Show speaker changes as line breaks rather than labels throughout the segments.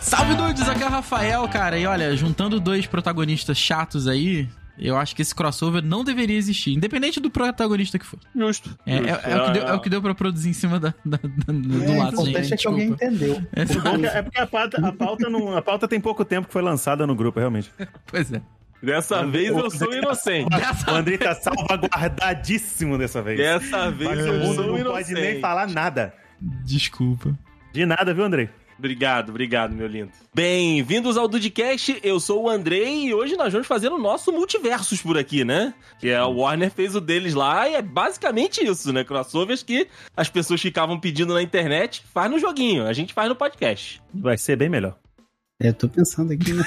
Salve dudes, aqui é o Rafael, cara. E olha, juntando dois protagonistas chatos aí, eu acho que esse crossover não deveria existir, independente do protagonista que for.
Justo.
É, é- é o, que
Ah,
deu, é o que deu pra produzir em cima da, da- da- do
É, o
lado,
importante
gente.
é que alguém
Desculpa.
entendeu.
É,
O bom que- É porque a pauta, a pauta não- a pauta tem pouco tempo que foi lançada no grupo, realmente.
pois é.
Dessa vez eu sou inocente.
O André tá salvaguardadíssimo dessa vez.
Dessa vez
Mas o
eu
mundo
É sou
não
inocente.
pode nem falar nada.
Desculpa.
De nada, viu, Andrei?
Obrigado, obrigado, meu lindo. Bem-vindos ao Dudcast, eu sou o Andrei e hoje nós vamos fazer o nosso Multiversos por aqui, né? Que é, o Warner fez o deles lá e é basicamente isso, né? Crossovers que as pessoas ficavam pedindo na internet, faz no joguinho, a gente faz no podcast.
Vai ser bem melhor.
Eu É, tô pensando aqui, né?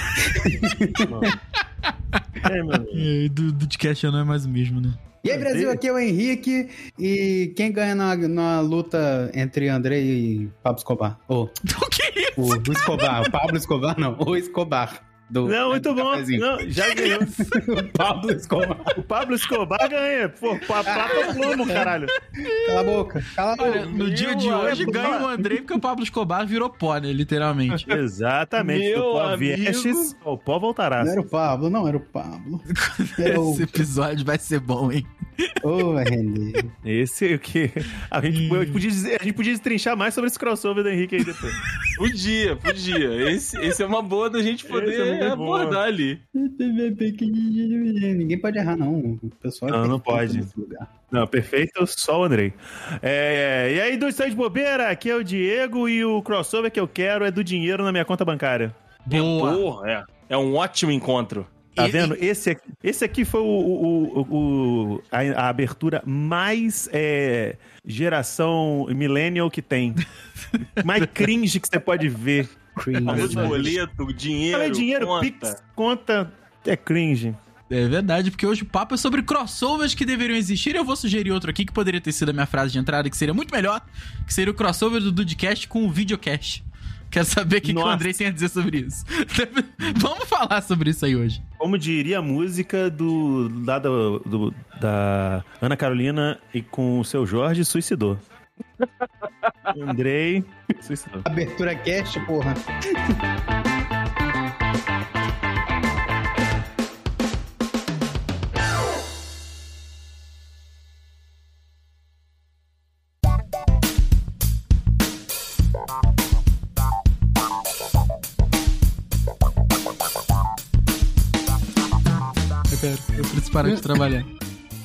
É, meu amigo.
E do, do podcast já não é mais o mesmo, né?
E aí, Brasil, aqui é o Henrique. E quem ganha na, na luta entre André e Pablo Escobar? Ou
O que?
o o Escobar. O Pablo Escobar, não. O Escobar. Do,
Não, muito
É do
bom.
cafezinho.
Não, já ganhou.
O Pablo Escobar.
O Pablo Escobar ganha. Pô, pa- prata ou plomo, caralho.
Cala a boca. Cala a
Olha,
boca.
no dia de
Meu
hoje
amigo.
ganha o Andrei porque o Pablo Escobar virou pó, né? Literalmente.
Exatamente.
Meu
do pó
amigo.
viestes, o pó voltará.
Não era o Pablo, não era o Pablo. Era É o.
Esse episódio vai ser bom, hein?
Ô, vai render.
Esse é o que. A gente, eu podia dizer- a gente podia destrinchar mais sobre esse crossover do Henrique aí depois.
Podia, podia. Esse, esse é uma boa da gente
Esse é
poder
muito bom.
abordar ali.
Ninguém pode errar, não. O pessoal é
Não,
tem
não
que pensar
pode.
nesse lugar.
Não, perfeito, só o Andrei. É, e aí, dois de bobeira, aqui é o Diego e o crossover que eu quero é do dinheiro na minha conta bancária.
Boa.
Porra, é. É um ótimo encontro.
Tá
E-
vendo? Esse aqui, esse aqui foi o, o- o- o- a, a abertura mais é, geração millennial que tem. mais cringe que você pode ver.
Famoso
Cringe.
boleto, dinheiro.
Fala em dinheiro,
conta.
Pix, conta, é cringe.
É verdade, porque hoje o papo é sobre crossovers que deveriam existir. Eu vou sugerir outro aqui que poderia ter sido a minha frase de entrada, que seria muito melhor, que seria o crossover do Dudcast com o Videocast. Quero saber o que, que o
Nossa.
Andrei tem a dizer sobre isso. Vamos falar sobre isso aí hoje.
Como diria a música do, lá do- do- da Ana Carolina e com o seu Jorge, suicidou. Andrei, suicidou.
Abertura cast, porra.
Eu quero, eu preciso parar de trabalhar.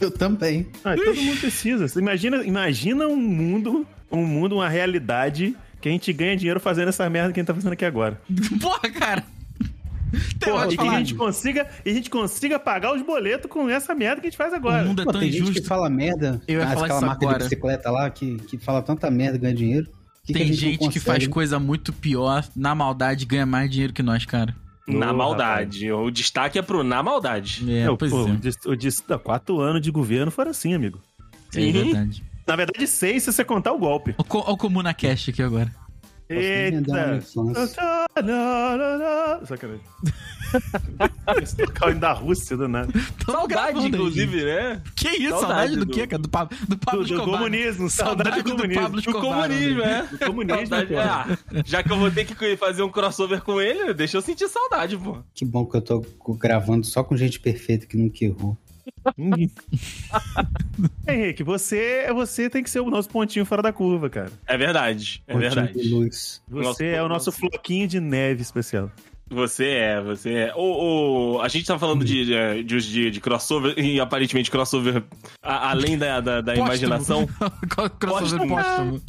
Eu também.
Ah, todo mundo precisa. Você Imagina, imagina um mundo, um mundo, uma realidade que a gente ganha dinheiro fazendo essa merda que a gente tá fazendo aqui agora.
Porra, cara! Tem
Porra,
mais
e que
falar.
a gente consiga, e a gente consiga pagar os boletos com essa merda que a gente faz
O
agora.
mundo é
Pô,
tão
tem gente
injusto.
que fala merda.
Eu ia
Ah,
falar
aquela
isso
marca
agora.
de bicicleta lá que, que fala tanta merda e ganha dinheiro. Que que a
Tem
não
gente que
consegue?
faz coisa muito pior, na maldade, ganha mais dinheiro que nós, cara.
Na
Ô,
maldade. O destaque é pro na maldade.
É,
Não,
pois
pô,
é.
o dis- o dis- não, quatro anos de governo foram assim, amigo.
É verdade.
Na verdade, seis se você contar o golpe.
Olha o co- olha o Comuna Cash aqui agora.
Posso nem emendar na
né?
Eita!
infância.
É Sacanagem. Esse tocar da Rússia, do nada.
Tamo
Saudade,
gravando aí,
inclusive, né?
Que isso? Saudade,
Saudade
do,
do-
quê, cara? Do, Pablo- do Pablo
Do, do
Escobar. né?
comunismo, saudade, do comunismo.
Pablo
Do
Escobar.
comunismo,
né?
é.
Do comunismo,
Saudade,
pô.
ah, já que eu vou ter que fazer um crossover com ele, deixa eu sentir saudade, pô.
Que bom que eu tô co- gravando só com gente perfeita que nunca errou.
ah.
Henrique, você, você tem que ser o nosso pontinho fora da curva, cara.
É verdade, é
Pontinho de
verdade.
luz.
Você
Nosso
é o nosso
pontinho.
floquinho de neve especial.
Você é, você é. Ô, ô, a gente tá falando de, de, de- de crossover, e aparentemente crossover a- além da, da, da
Póstumo.
imaginação.
Crossover
Póstumo.
póstumo.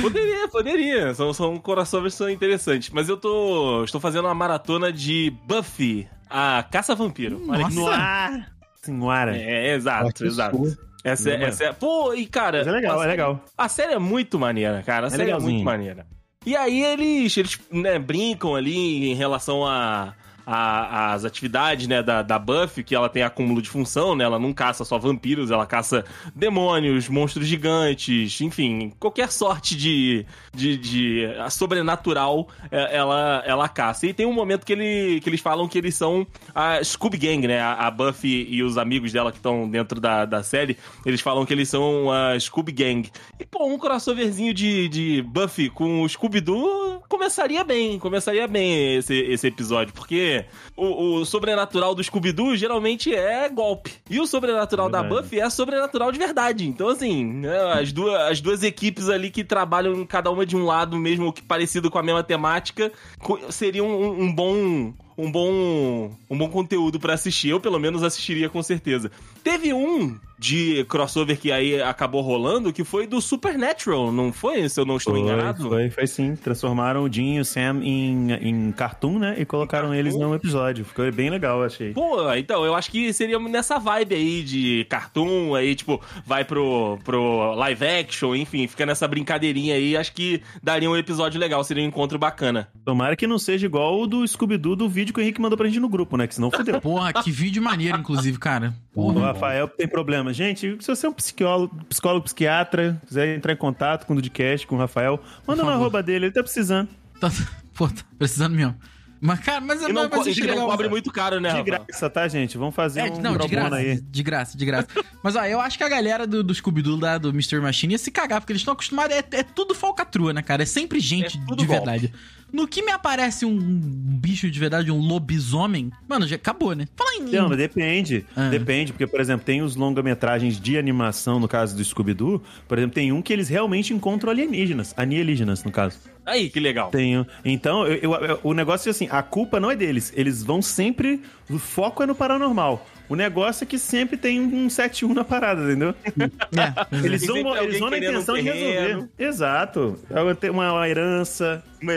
Poderia, poderia. São, são crossovers são interessantes. Mas eu tô. Estou fazendo uma maratona de Buffy, a Caça-Vampiro. Olha que-
Nossa! Senhora.
É, exato,
Ótimo
exato.
sua.
Essa é,
Lembra?
essa é. Pô, e cara.
né, Mas é legal,
a
é
série-
legal.
A série é muito maneira, cara. A
É
série é
legalzinho.
muito maneira. E aí eles, eles né, brincam ali em relação a. a- as atividades, né, da, da Buffy, que ela tem acúmulo de função, né? Ela não caça só vampiros, ela caça demônios, monstros gigantes, enfim, qualquer sorte de, de, de a sobrenatural é, ela, ela caça. E tem um momento que, ele, que eles falam que eles são a Scooby Gang, né? A, a Buffy e os amigos dela que estão dentro da, da série, eles falam que eles são a Scooby Gang. E, pô, um crossoverzinho de, de Buffy com o Scooby-Doo começaria bem, começaria bem esse, esse episódio, porque o, o sobrenatural do Scooby-Doo geralmente é golpe. E o sobrenatural da
Verdade.
Buffy é sobrenatural de verdade. Então, assim, né, as, duas, as duas equipes ali que trabalham cada uma de um lado, mesmo que parecido com a mesma temática, co- seria um, um- um bom. Um bom, um bom conteúdo pra assistir. Eu, pelo menos, assistiria com certeza. Teve um de crossover que aí acabou rolando, que foi do Supernatural, não foi? Se eu não estou um enganado.
Foi, foi sim. Transformaram o Jim e o Sam em, em cartoon, né? E colocaram eles num episódio. Ficou bem legal, achei.
Pô, então, eu acho que seria nessa vibe aí de cartoon, aí, tipo, vai pro, pro live action, enfim, fica nessa brincadeirinha aí. Acho que daria um episódio legal, seria um encontro bacana.
Tomara que não seja igual o do Scooby-Doo do vídeo que o Henrique mandou pra gente no grupo, né? Que senão fudeu.
Porra, que vídeo maneiro, inclusive, cara.
O
Porra.
Rafael tem problema. Gente, se você é um psicólogo, psicólogo psiquiatra, quiser entrar em contato com o Dudcast, com o Rafael,
favor.
manda uma arroba dele, ele tá precisando.
Tá, pô, tá precisando mesmo. Mas, cara, mas
E
é
não,
mas
co-
achei
e não
legal.
cobre muito caro, né,
De
Rafa?
graça, tá, gente? Vamos fazer
É,
um
não, de
pro bono
graça,
aí.
de graça, de graça. Mas ó, eu acho que a galera do, do Scooby-Doo lá, do Mr. Machine, ia se cagar, porque eles estão acostumados, é, é tudo falcatrua, né, cara? É sempre gente
É tudo
de
golpe.
verdade. No que me aparece um bicho de verdade, um lobisomem, mano, já acabou, né? Fala em...
Não, mas depende.
Ah.
Depende, porque, por exemplo, tem os longa-metragens de animação, no caso do Scooby-Doo. Por exemplo, tem um que eles realmente encontram alienígenas. Alienígenas, no caso.
Aí, que legal.
Tenho. Então, eu- eu- eu- o negócio é assim, a culpa não é deles. Eles vão sempre... O foco é no paranormal. O negócio é que sempre tem um 7-1 na parada, entendeu?
É,
Eles
Sempre
vão,
alguém
eles vão na
querendo um
intenção de resolver.
terreno.
Exato. Tem uma, uma herança.
Uma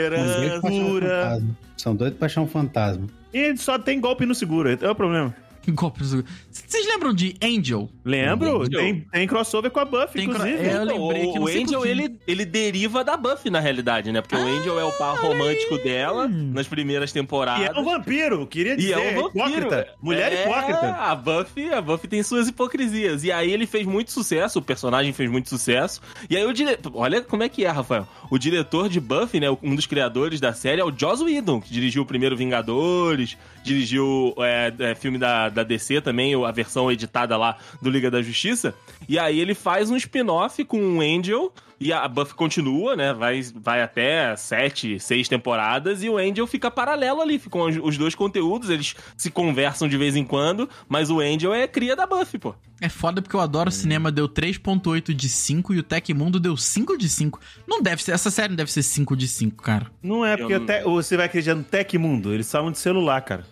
São
herança.
doidos pra achar um
Cura.
fantasma. São doidos pra achar um fantasma.
E só tem golpe no seguro. É o problema.
golpe no segundo. C- Vocês lembram de Angel?
Lembro?
Entendeu?
Tem, tem crossover com a Buffy,
Tem cro-
inclusive. um
É, eu lembrei que
Então, o
não
o
sei
Angel,
porquê.
ele, ele deriva da Buffy, na realidade, né? Porque o Angel é o par romântico dela nas primeiras temporadas.
E é um vampiro, queria
E
dizer.
é um vampiro.
Hipócrita. Mulher
É,
hipócrita.
A Buffy, a Buffy tem suas hipocrisias. E aí ele fez muito sucesso, o personagem fez muito sucesso. E aí o diretor. Olha como é que é, Rafael. O diretor de Buffy, né? Um dos criadores da série é o Joss Whedon, que dirigiu o primeiro Vingadores, dirigiu é, é, filme da, da DC também, a versão editada lá do Liga da Justiça. E aí ele faz um spin-off com o Angel. E a Buffy continua, né? Vai, vai até sete, seis temporadas e o Angel fica paralelo ali. Ficam os- os dois conteúdos, eles se conversam de vez em quando, mas o Angel é cria da Buffy, pô.
É foda porque eu adoro cinema, deu 3.8 de 5 e o Tecmundo deu 5 de 5. Não deve ser, essa série não deve ser 5 de 5, cara.
Não é, porque
Eu não-
até, você vai acreditar no Tech Mundo. Eles falam de celular, cara.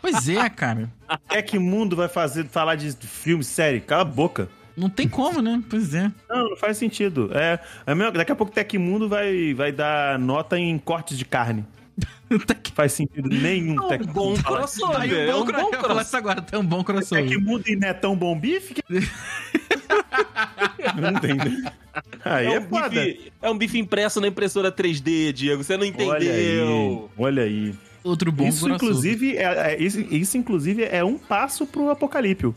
Pois é, cara.
Tech Mundo vai fazer, falar de filme, série. Cala a boca.
Não tem como, né? Pois é.
Não, não faz sentido. É, é mesmo- daqui a pouco o Tech Mundo vai, vai dar nota em cortes de carne.
Tec-
Faz sentido
É
nenhum.
um
Tech
bom
Mundo
Tá
falar
aí
crossover.
um bom
É um bom
crossover. Fala
crossover.
isso agora, tem um bom
É que
crossover.
muda e não é tão bom bife que... não entendi. Aí
É
é,
um,
foda.
bife, é um bife impresso na impressora 3D, Diego. Você não
Olha
entendeu.
aí, olha aí.
Outro bom
isso,
crossover.
inclusive, é, é- isso, isso, inclusive, é um passo pro apocalipse.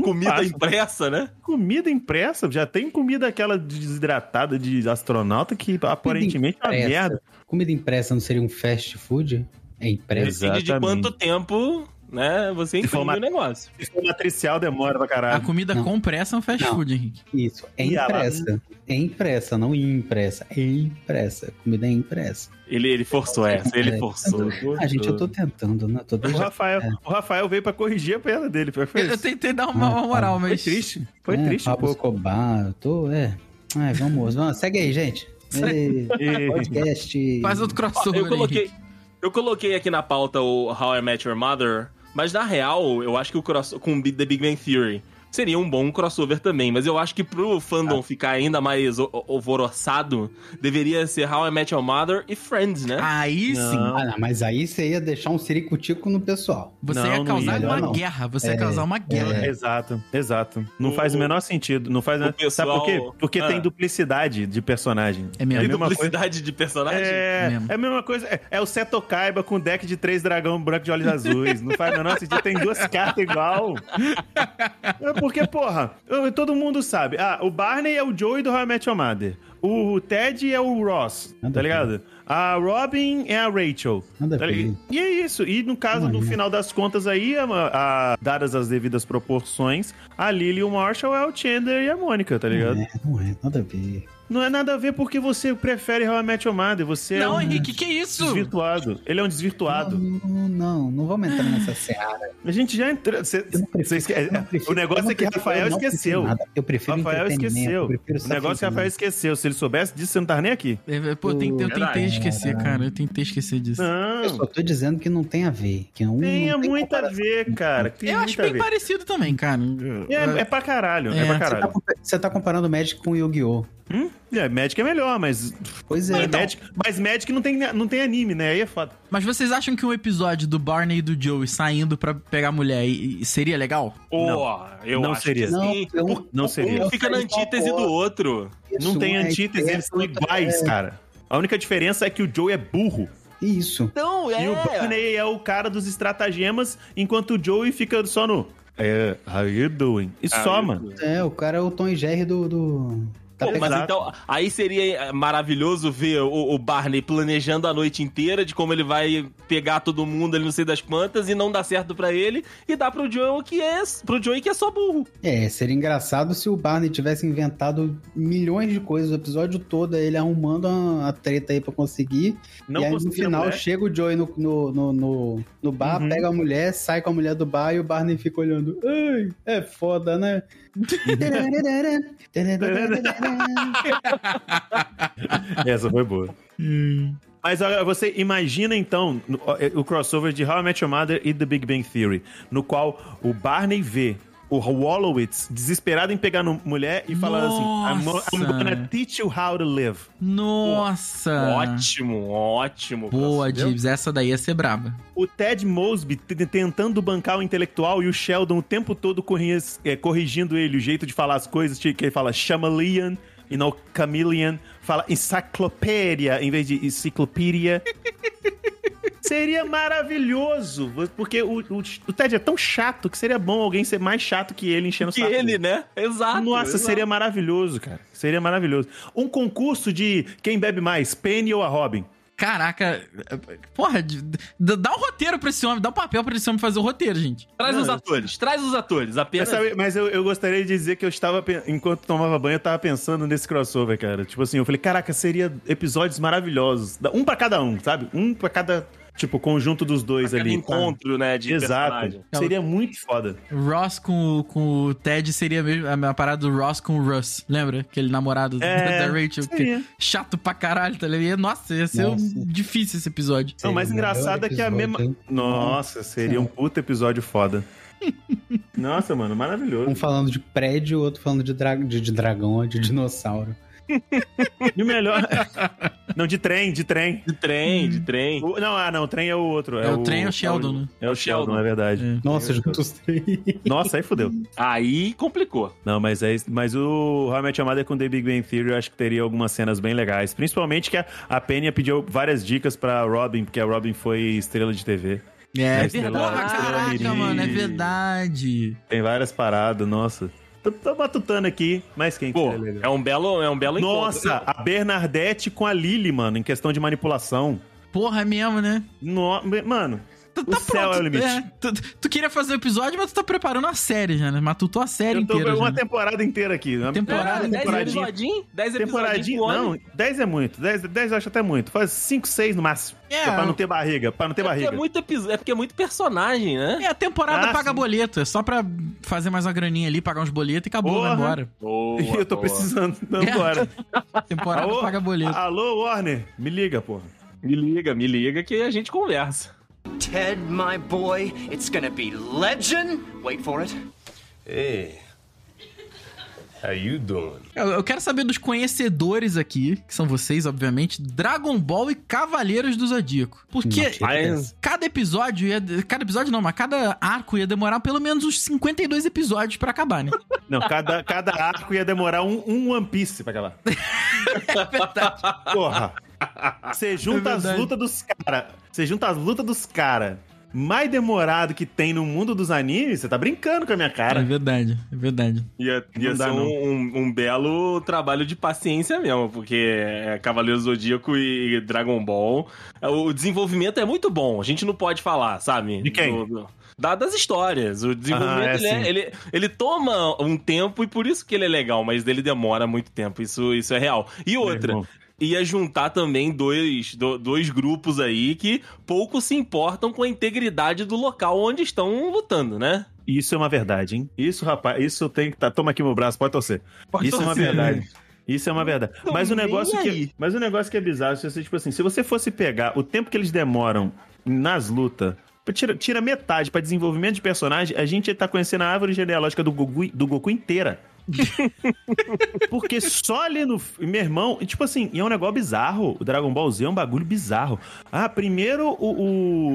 Comida
passo.
impressa, né?
Comida impressa, já tem comida aquela desidratada de astronauta que aparentemente é uma
impressa.
merda.
Comida impressa não seria um fast food? É impressa.
Decide de
Exatamente.
quanto tempo, né, você
Se for
imprime
uma-
o negócio.
Se for é matricial, demora pra
A
caralho.
comida
Não.
com pressa é um fast
Não.
food, Henrique.
Isso. É
Ih, olha lá.
impressa. É impressa, não impressa. É impressa. Comida é impressa.
Ele, ele forçou essa, ele
É.
forçou.
Ah, gente, eu tô tentando, né? Tô
O
tentando.
Rafael, o Rafael veio pra corrigir a perna dele. Foi, foi,
Eu, eu tentei dar uma, uma moral,
foi
mas.
triste. Foi
É,
triste um
Pablo
pouco.
Escobar, eu tô, é. Ai, vamos, vamos. Segue aí, gente. Ei,
E-
podcast.
Faz outro
Ó,
crossover.
eu coloquei,
Henrique.
eu coloquei aqui na pauta o How I Met Your Mother, mas na real, eu acho que o cross com o Big- The Big Bang Theory. seria um bom crossover também. Mas eu acho que pro fandom
Ah.
ficar ainda mais o- o- alvoroçado, deveria ser How I Met Your Mother e Friends, né?
Aí sim.
Não.
Ah, não, mas aí você ia deixar um ciricutico no pessoal.
Você
Não,
ia
não
causar
ia,
uma
não.
guerra. Você ia
É,
causar uma guerra.
Exato, exato. Não
O-
faz o menor sentido. Não faz.
o
nada. Sabe
pessoal-
por quê? Porque
Ah.
tem duplicidade de personagem.
É mesmo.
a
Tem
mesma
duplicidade de
coisa-
personagem?
É,
Mesmo.
é a mesma coisa. É, é o Seto Kaiba com deck de três dragão branco de olhos azuis. Não faz o menor sentido. Tem duas cartas igual. É porque, porra, eu- todo mundo sabe. Ah, o Barney é o Joey do How I Met Your Mother. O Ted é o Ross,
Nada
tá
a ver.
ligado? A Robin é a Rachel.
Nada a
Tá
ver.
ligado? E é isso. E no caso, no
Olha.
final das contas aí, a- a- dadas as devidas proporções, a Lily e o Marshall é o Chandler e a Mônica, tá ligado?
Não é, não é, nada a ver.
Não é nada a ver porque você prefere How I Met Your Mother. Você
Não,
é um
Henrique, que isso?
desvirtuado. Ele é um desvirtuado.
Não, não, não, não vamos entrar nessa seara.
A gente já entrou... cê-
Eu não prefiro-
cê esque-
eu não prefiro-
o negócio
eu não
é que
prefiro-
Rafael
eu não prefiro
esqueceu.
nada. Eu prefiro
Rafael
entretenimento,
esqueceu.
eu prefiro
O negócio é que Rafael
sacanagem.
esqueceu. Se ele soubesse disso, você não tava nem aqui.
É, Pô, eu tentei, eu tentei esquecer, cara. Eu tentei esquecer disso.
Eu só
Não.
tô dizendo que não tem a ver. Que um
Tem
não tem
muito a
comparação.
ver, cara. Tem
Eu acho
muito a
bem
ver.
parecido também, cara.
É, é pra caralho. É,
É,
pra
você
Você tá,
caralho.
compa- você tá comparando o Magic com o Yu-Gi-Oh!
Hum? É, Magic é melhor, mas.
Pois
Mas
é.
então-
Magic, mas Magic não tem, não tem anime, né? Aí é foda.
Mas vocês acham que um episódio do Barney e do Joey saindo pra pegar mulher e- e seria legal?
Pô, eu
Não
acho
seria.
que sim.
porque um-
Não
Um
seria.
fica na antítese do outro.
Não
isso,
tem
um é
antítese, eles são
esperto,
iguais, cara. A única diferença é que o Joe é burro.
Isso.
Então, é.
E o Barney é o cara dos estratagemas, enquanto o Joey fica só no. É, how you doing? E
Ah,
só,
isso.
mano.
É, o cara é o Tom e Jerry do. do... Tá
Pô, mas
pegando-
Exato.
então, aí seria eh, maravilhoso ver o, o Barney planejando a noite inteira de como ele vai pegar todo mundo ali, não sei das quantas, e não dá certo pra ele, e dá pro Joe que é, pro Joey que é só burro.
É, seria engraçado se o Barney tivesse inventado milhões de coisas o episódio todo, ele arrumando a, a treta aí pra conseguir.
Não
e aí no
conseguiram,
final
né?
chega o Joey no, no, no, no, no bar,
Uhum.
pega a mulher, sai com a mulher do bar e o Barney fica olhando. Ai, é foda, né?
Essa foi boa. Mas agora, você imagina então no- o crossover de How I Met Your Mother e The Big Bang Theory, no qual o Barney vê o Wallowitz desesperado em pegar no mulher e falar assim: I'm, go- I'm
Nossa.
gonna teach you how to live. Ah.
Nossa!
Ótimo, ótimo.
Boa,
Nossa,
Dibs, essa daí ia ser braba.
O Ted Mosby t- tentando bancar o intelectual e o Sheldon o tempo todo corri- é, corrigindo ele, o jeito de falar as coisas, tipo, que ele fala chameleon e não chameleon, fala enciclopédia em vez de enciclopédia. seria maravilhoso, porque o, o- o Ted é tão chato que seria bom alguém ser mais chato que ele enchendo o
Que
saco.
ele,
dele.
né? Exato.
Nossa,
exato.
seria maravilhoso, cara. Seria maravilhoso. Um concurso de quem bebe mais, Penny ou a Robin.
Caraca, é, porra, d- d- dá um roteiro pra esse homem, dá um papel pra esse homem fazer o roteiro, gente.
Traz
Não,
os
eu-
atores, traz os atores,
Mas,
apenas.
sabe, mas eu, eu gostaria de dizer que eu estava, pe- enquanto tomava banho, eu estava pensando nesse crossover, cara. Tipo assim, eu falei, caraca, seria episódios maravilhosos. Da- Um pra cada um, sabe? Um pra cada, tipo, conjunto dos dois
Aquele
ali.
encontro, né? De
Exato.
personagem.
Seria muito foda.
Ross com, o- com o Ted seria mesmo a a parada do Ross com o Russ, lembra? Aquele namorado da-
É,
da Rachel, que
seria.
chato pra caralho, tá ligado? E, Nossa, ia ser um-
Nossa.
difícil esse episódio.
Não, o mais
Seria o melhor
engraçado é que a
episódio,
mesma.
hein?
Nossa, seria um puto episódio foda. Nossa, mano,
Um
maravilhoso.
falando de prédio, outro falando de, dra- de, de dragão, de dinossauro.
E o melhor. Não, de trem, de trem.
De trem, de trem.
O- Não, ah, não, o trem é o outro.
É, o trem é o Sheldon, né?
É o Sheldon, é verdade.
É.
Nossa, juntos três.
Nossa, aí fudeu.
Aí complicou.
Não, mas é isso. Mas o How I Met Your Mother com The Big Bang Theory eu acho que teria algumas cenas bem legais. Principalmente que a, a Penny pediu várias dicas pra Robin, porque a Robin foi estrela de TV.
É,
É estrela-
porra,
estrela
caraca,
Mirim.
mano, é verdade.
Tem várias paradas, nossa. Tô, tô matutando aqui, mas quem que
Pô,
seria legal?
é um belo, é um belo
Nossa,
encontro.
a Bernadette com a Lily, mano, em questão de manipulação.
Porra, é mesmo, né? tá
No- mano, o céu é o limite.
tu, tu queria fazer o episódio, mas tu tá preparando a série já, né? Matutou a série
Eu tô
inteira.
com uma
já, né?
temporada inteira aqui. Uma
Temporada,
Caralho, 10
temporadinha.
É, episodinhos? 10
Temporadinha,
um
não, 10 é muito, 10, 10 eu acho até muito. Faz 5, 6 no máximo.
É,
É, pra não ter barriga, pra não ter
É porque,
barriga.
é muito episo- é porque é muito personagem, né?
É, a temporada
Ah,
paga
sim.
boleto. É só pra fazer mais uma graninha ali, pagar uns boletos e acabou, vai
Porra.
embora.
Boa,
E eu tô
boa.
precisando agora.
A temporada
Alô?
É. paga boleto.
Alô, Warner, me liga, porra.
Me liga, me liga que a gente conversa.
Ted, my boy, it's gonna be legend. Wait for it.
Hey,
How you doing?
Eu, eu quero saber dos conhecedores aqui, que são vocês, obviamente, Dragon Ball e Cavaleiros do Zodíaco. Porque
Nossa,
Mas-
cada episódio ia. Cada episódio não, mas cada arco ia demorar pelo menos uns 52 episódios pra acabar, né?
Não, cada, cada arco ia demorar um, um One Piece pra acabar.
É verdade.
Porra. Você junta
É
as
verdade.
lutas dos caras. Você junta as lutas dos caras. Mais demorado que tem no mundo dos animes, você tá brincando com a minha
É
cara.
verdade, é verdade.
Ia, ia
Não
ser
dá,
um,
não.
um- um belo trabalho de paciência mesmo, porque é, Cavaleiro Zodíaco e Dragon Ball, é, o desenvolvimento é muito bom, a gente não pode falar, sabe?
De quem?
Do- do- da- das histórias. O desenvolvimento,
Ah, é,
ele, é-
sim.
ele, ele toma um tempo e por isso que ele é legal, mas ele demora muito tempo, isso, isso é real. E outra,
irmão.
ia juntar também dois, do- dois grupos aí que pouco se importam com a integridade do local onde estão lutando, né?
Isso é uma verdade, hein? Isso, rapaz, isso eu tenho que. Tá, toma aqui meu braço, pode torcer.
Pode
isso é
torcer.
uma verdade. Isso é uma verdade.
Tô
Mas o
nem
negócio
aí.
que, mas o negócio que é bizarro, se você, tipo assim, se você fosse pegar o tempo que eles demoram nas lutas, tira, tira metade pra desenvolvimento de personagem, a gente tá conhecendo a árvore genealógica do Goku, do Goku inteira. Porque só ali no. Meu irmão, e tipo assim, e é um negócio bizarro. O Dragon Ball Z é um bagulho bizarro. Ah, primeiro o.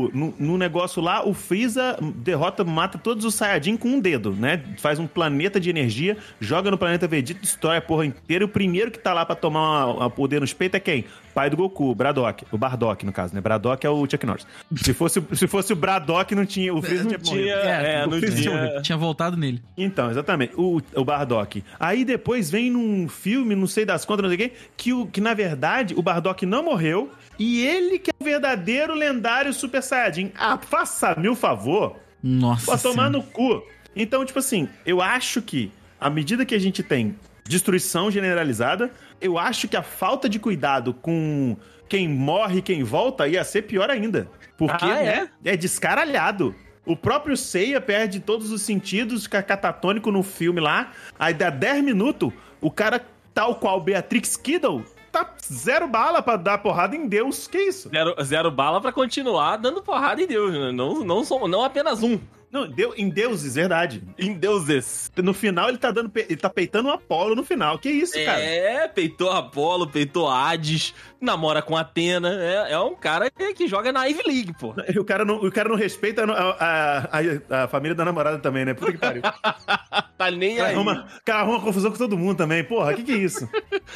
o- no, no negócio lá, o Freeza derrota, mata todos os Saiyajin com um dedo, né? Faz um planeta de energia, joga no planeta Vegeta, destrói a porra inteira. E o primeiro que tá lá pra tomar uma, uma poder nos peitos é quem? Pai do Goku, o Braddock. O Bardock, no caso, né? Braddock é o Chuck Norris. Se fosse, se fosse o Braddock, não tinha. O Freeza não
Tipo,
tipo, tinha, morrido.
Tinha, é, no
Fiz
dia.
Tinha voltado nele.
Então, exatamente, o, o Bardock. Aí depois vem num filme, não sei das contas, não sei o quê, que, o, que na verdade o Bardock não morreu e ele que é o verdadeiro lendário Super Saiyajin. Ah, faça-me o favor,
Nossa.
pra
Senhora.
tomar no cu. Então, tipo assim, eu acho que à medida que a gente tem destruição generalizada, eu acho que a falta de cuidado com quem morre e quem volta ia ser pior ainda. Porque
Ah, é?
né, é? descaralhado. O próprio Seiya perde todos os sentidos, fica catatônico no filme lá. Aí dá 10 minutos, o cara, tal qual Beatrix Kiddo, tá zero bala pra dar porrada em Deus. Que isso?
Zero, zero bala pra continuar dando porrada em Deus, né? Não, não, som- não apenas um.
Não, deu, em deuses, verdade.
Em deuses.
No final ele tá dando. pe- Ele tá peitando o Apolo no final. Que isso, cara?
É, peitou Apolo, peitou Hades, namora com Atena. É, é um cara que, que joga na Ivy League, pô.
E o cara não, o cara não respeita a, a- a- a família da namorada também, né? Puta que pariu.
Tá nem
Cara
aí.
arruma, cara arruma confusão com todo mundo também. Porra, que que é isso?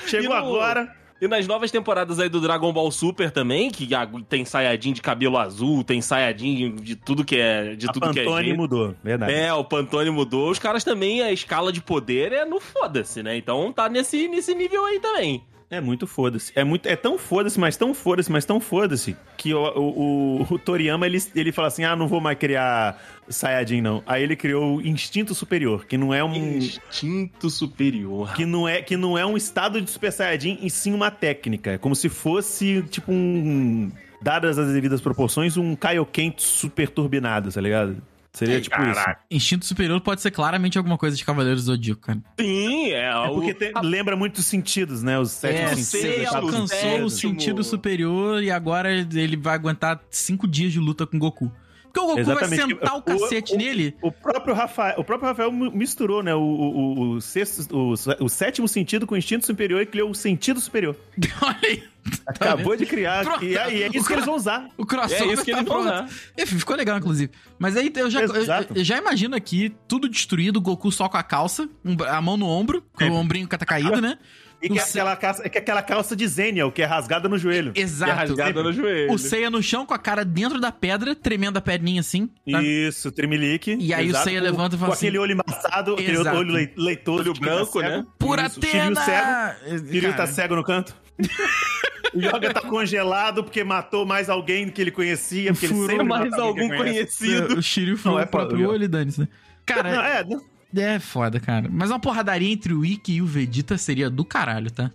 E
Chegou
no-
agora.
E nas novas temporadas aí do Dragon Ball Super também, que a- tem saiadinho de cabelo azul, tem saiadinho de tudo que é. De
A
tudo que é
Pantone
jeito.
mudou, verdade.
É, o Pantone mudou. Os caras também, a escala de poder é no foda-se, né? Então tá nesse, nesse nível aí também.
É muito foda-se. É, muito, é tão foda-se, mas tão foda-se, mas tão foda-se, que o, o, o- o Toriyama, ele, ele fala assim, ah, não vou mais criar Saiyajin, não. Aí ele criou o Instinto Superior, que não é um...
Instinto superior.
Que não, é, que não é um estado de Super Saiyajin, e sim uma técnica. É como se fosse, tipo, um. Dadas as devidas proporções, um Kaioken super turbinado, tá ligado? Seria tipo isso.
Instinto superior pode ser claramente alguma coisa de Cavaleiros do Zodíaco, cara.
Sim, é,
É
o-
porque tem- lembra muito os sentidos, né? Os sete
É,
sentidos.
sei,
Sei,
oitavos
alcançou
sétimo.
o
sentidos. É.
sentido superior e agora ele vai aguentar cinco dias de luta com o Goku. Porque o Goku
Exatamente.
vai sentar o
O-
cacete
o-
nele.
O próprio Rafael, o próprio Rafael mi- misturou, né? O, o, o- o sexto, o, o sétimo sentido com o instinto superior e criou o sentido superior.
Olha aí.
Acabou de criar.
Pronto.
E é, e é isso que eles vão usar.
O crossover
é isso que
tá
ele
pronto.
falou.
Enfim, ficou legal, inclusive. Mas aí eu já, eu-
Exato.
eu já imagino aqui tudo destruído, o Goku só com a calça, um bra- a mão no ombro, com o ombrinho que tá caído, né?
E que
O
é
se-
aquela, calça, que é aquela calça de Zenial, que é rasgada no joelho.
Exato.
Rasgada no joelho.
O Seiya no chão com a cara dentro da pedra, tremendo a perninha assim. sabe?
Isso, Trimelique.
E aí o Seiya
com-
levanta e fala assim,
Com aquele olho embaçado, aquele
Exato.
olho lei- leitoso.
Olho
de quem tá
branco,
cego.
né?
Por
Isso, Shiryu cego.
Atena! É,
Shiryu tá
Cara,
cego no canto. O Yoga tá congelado porque matou mais alguém que ele conhecia. Porque ele
Furou
sempre
mais
mata alguém
algum
que conhece.
conhecido.
O Shiryu
Não,
falou
é
o próprio
foda,
olho, dane né? Cara,
Não, é, não-
é foda, cara. Mas uma porradaria entre o Ikki e o Vegeta seria do caralho, tá?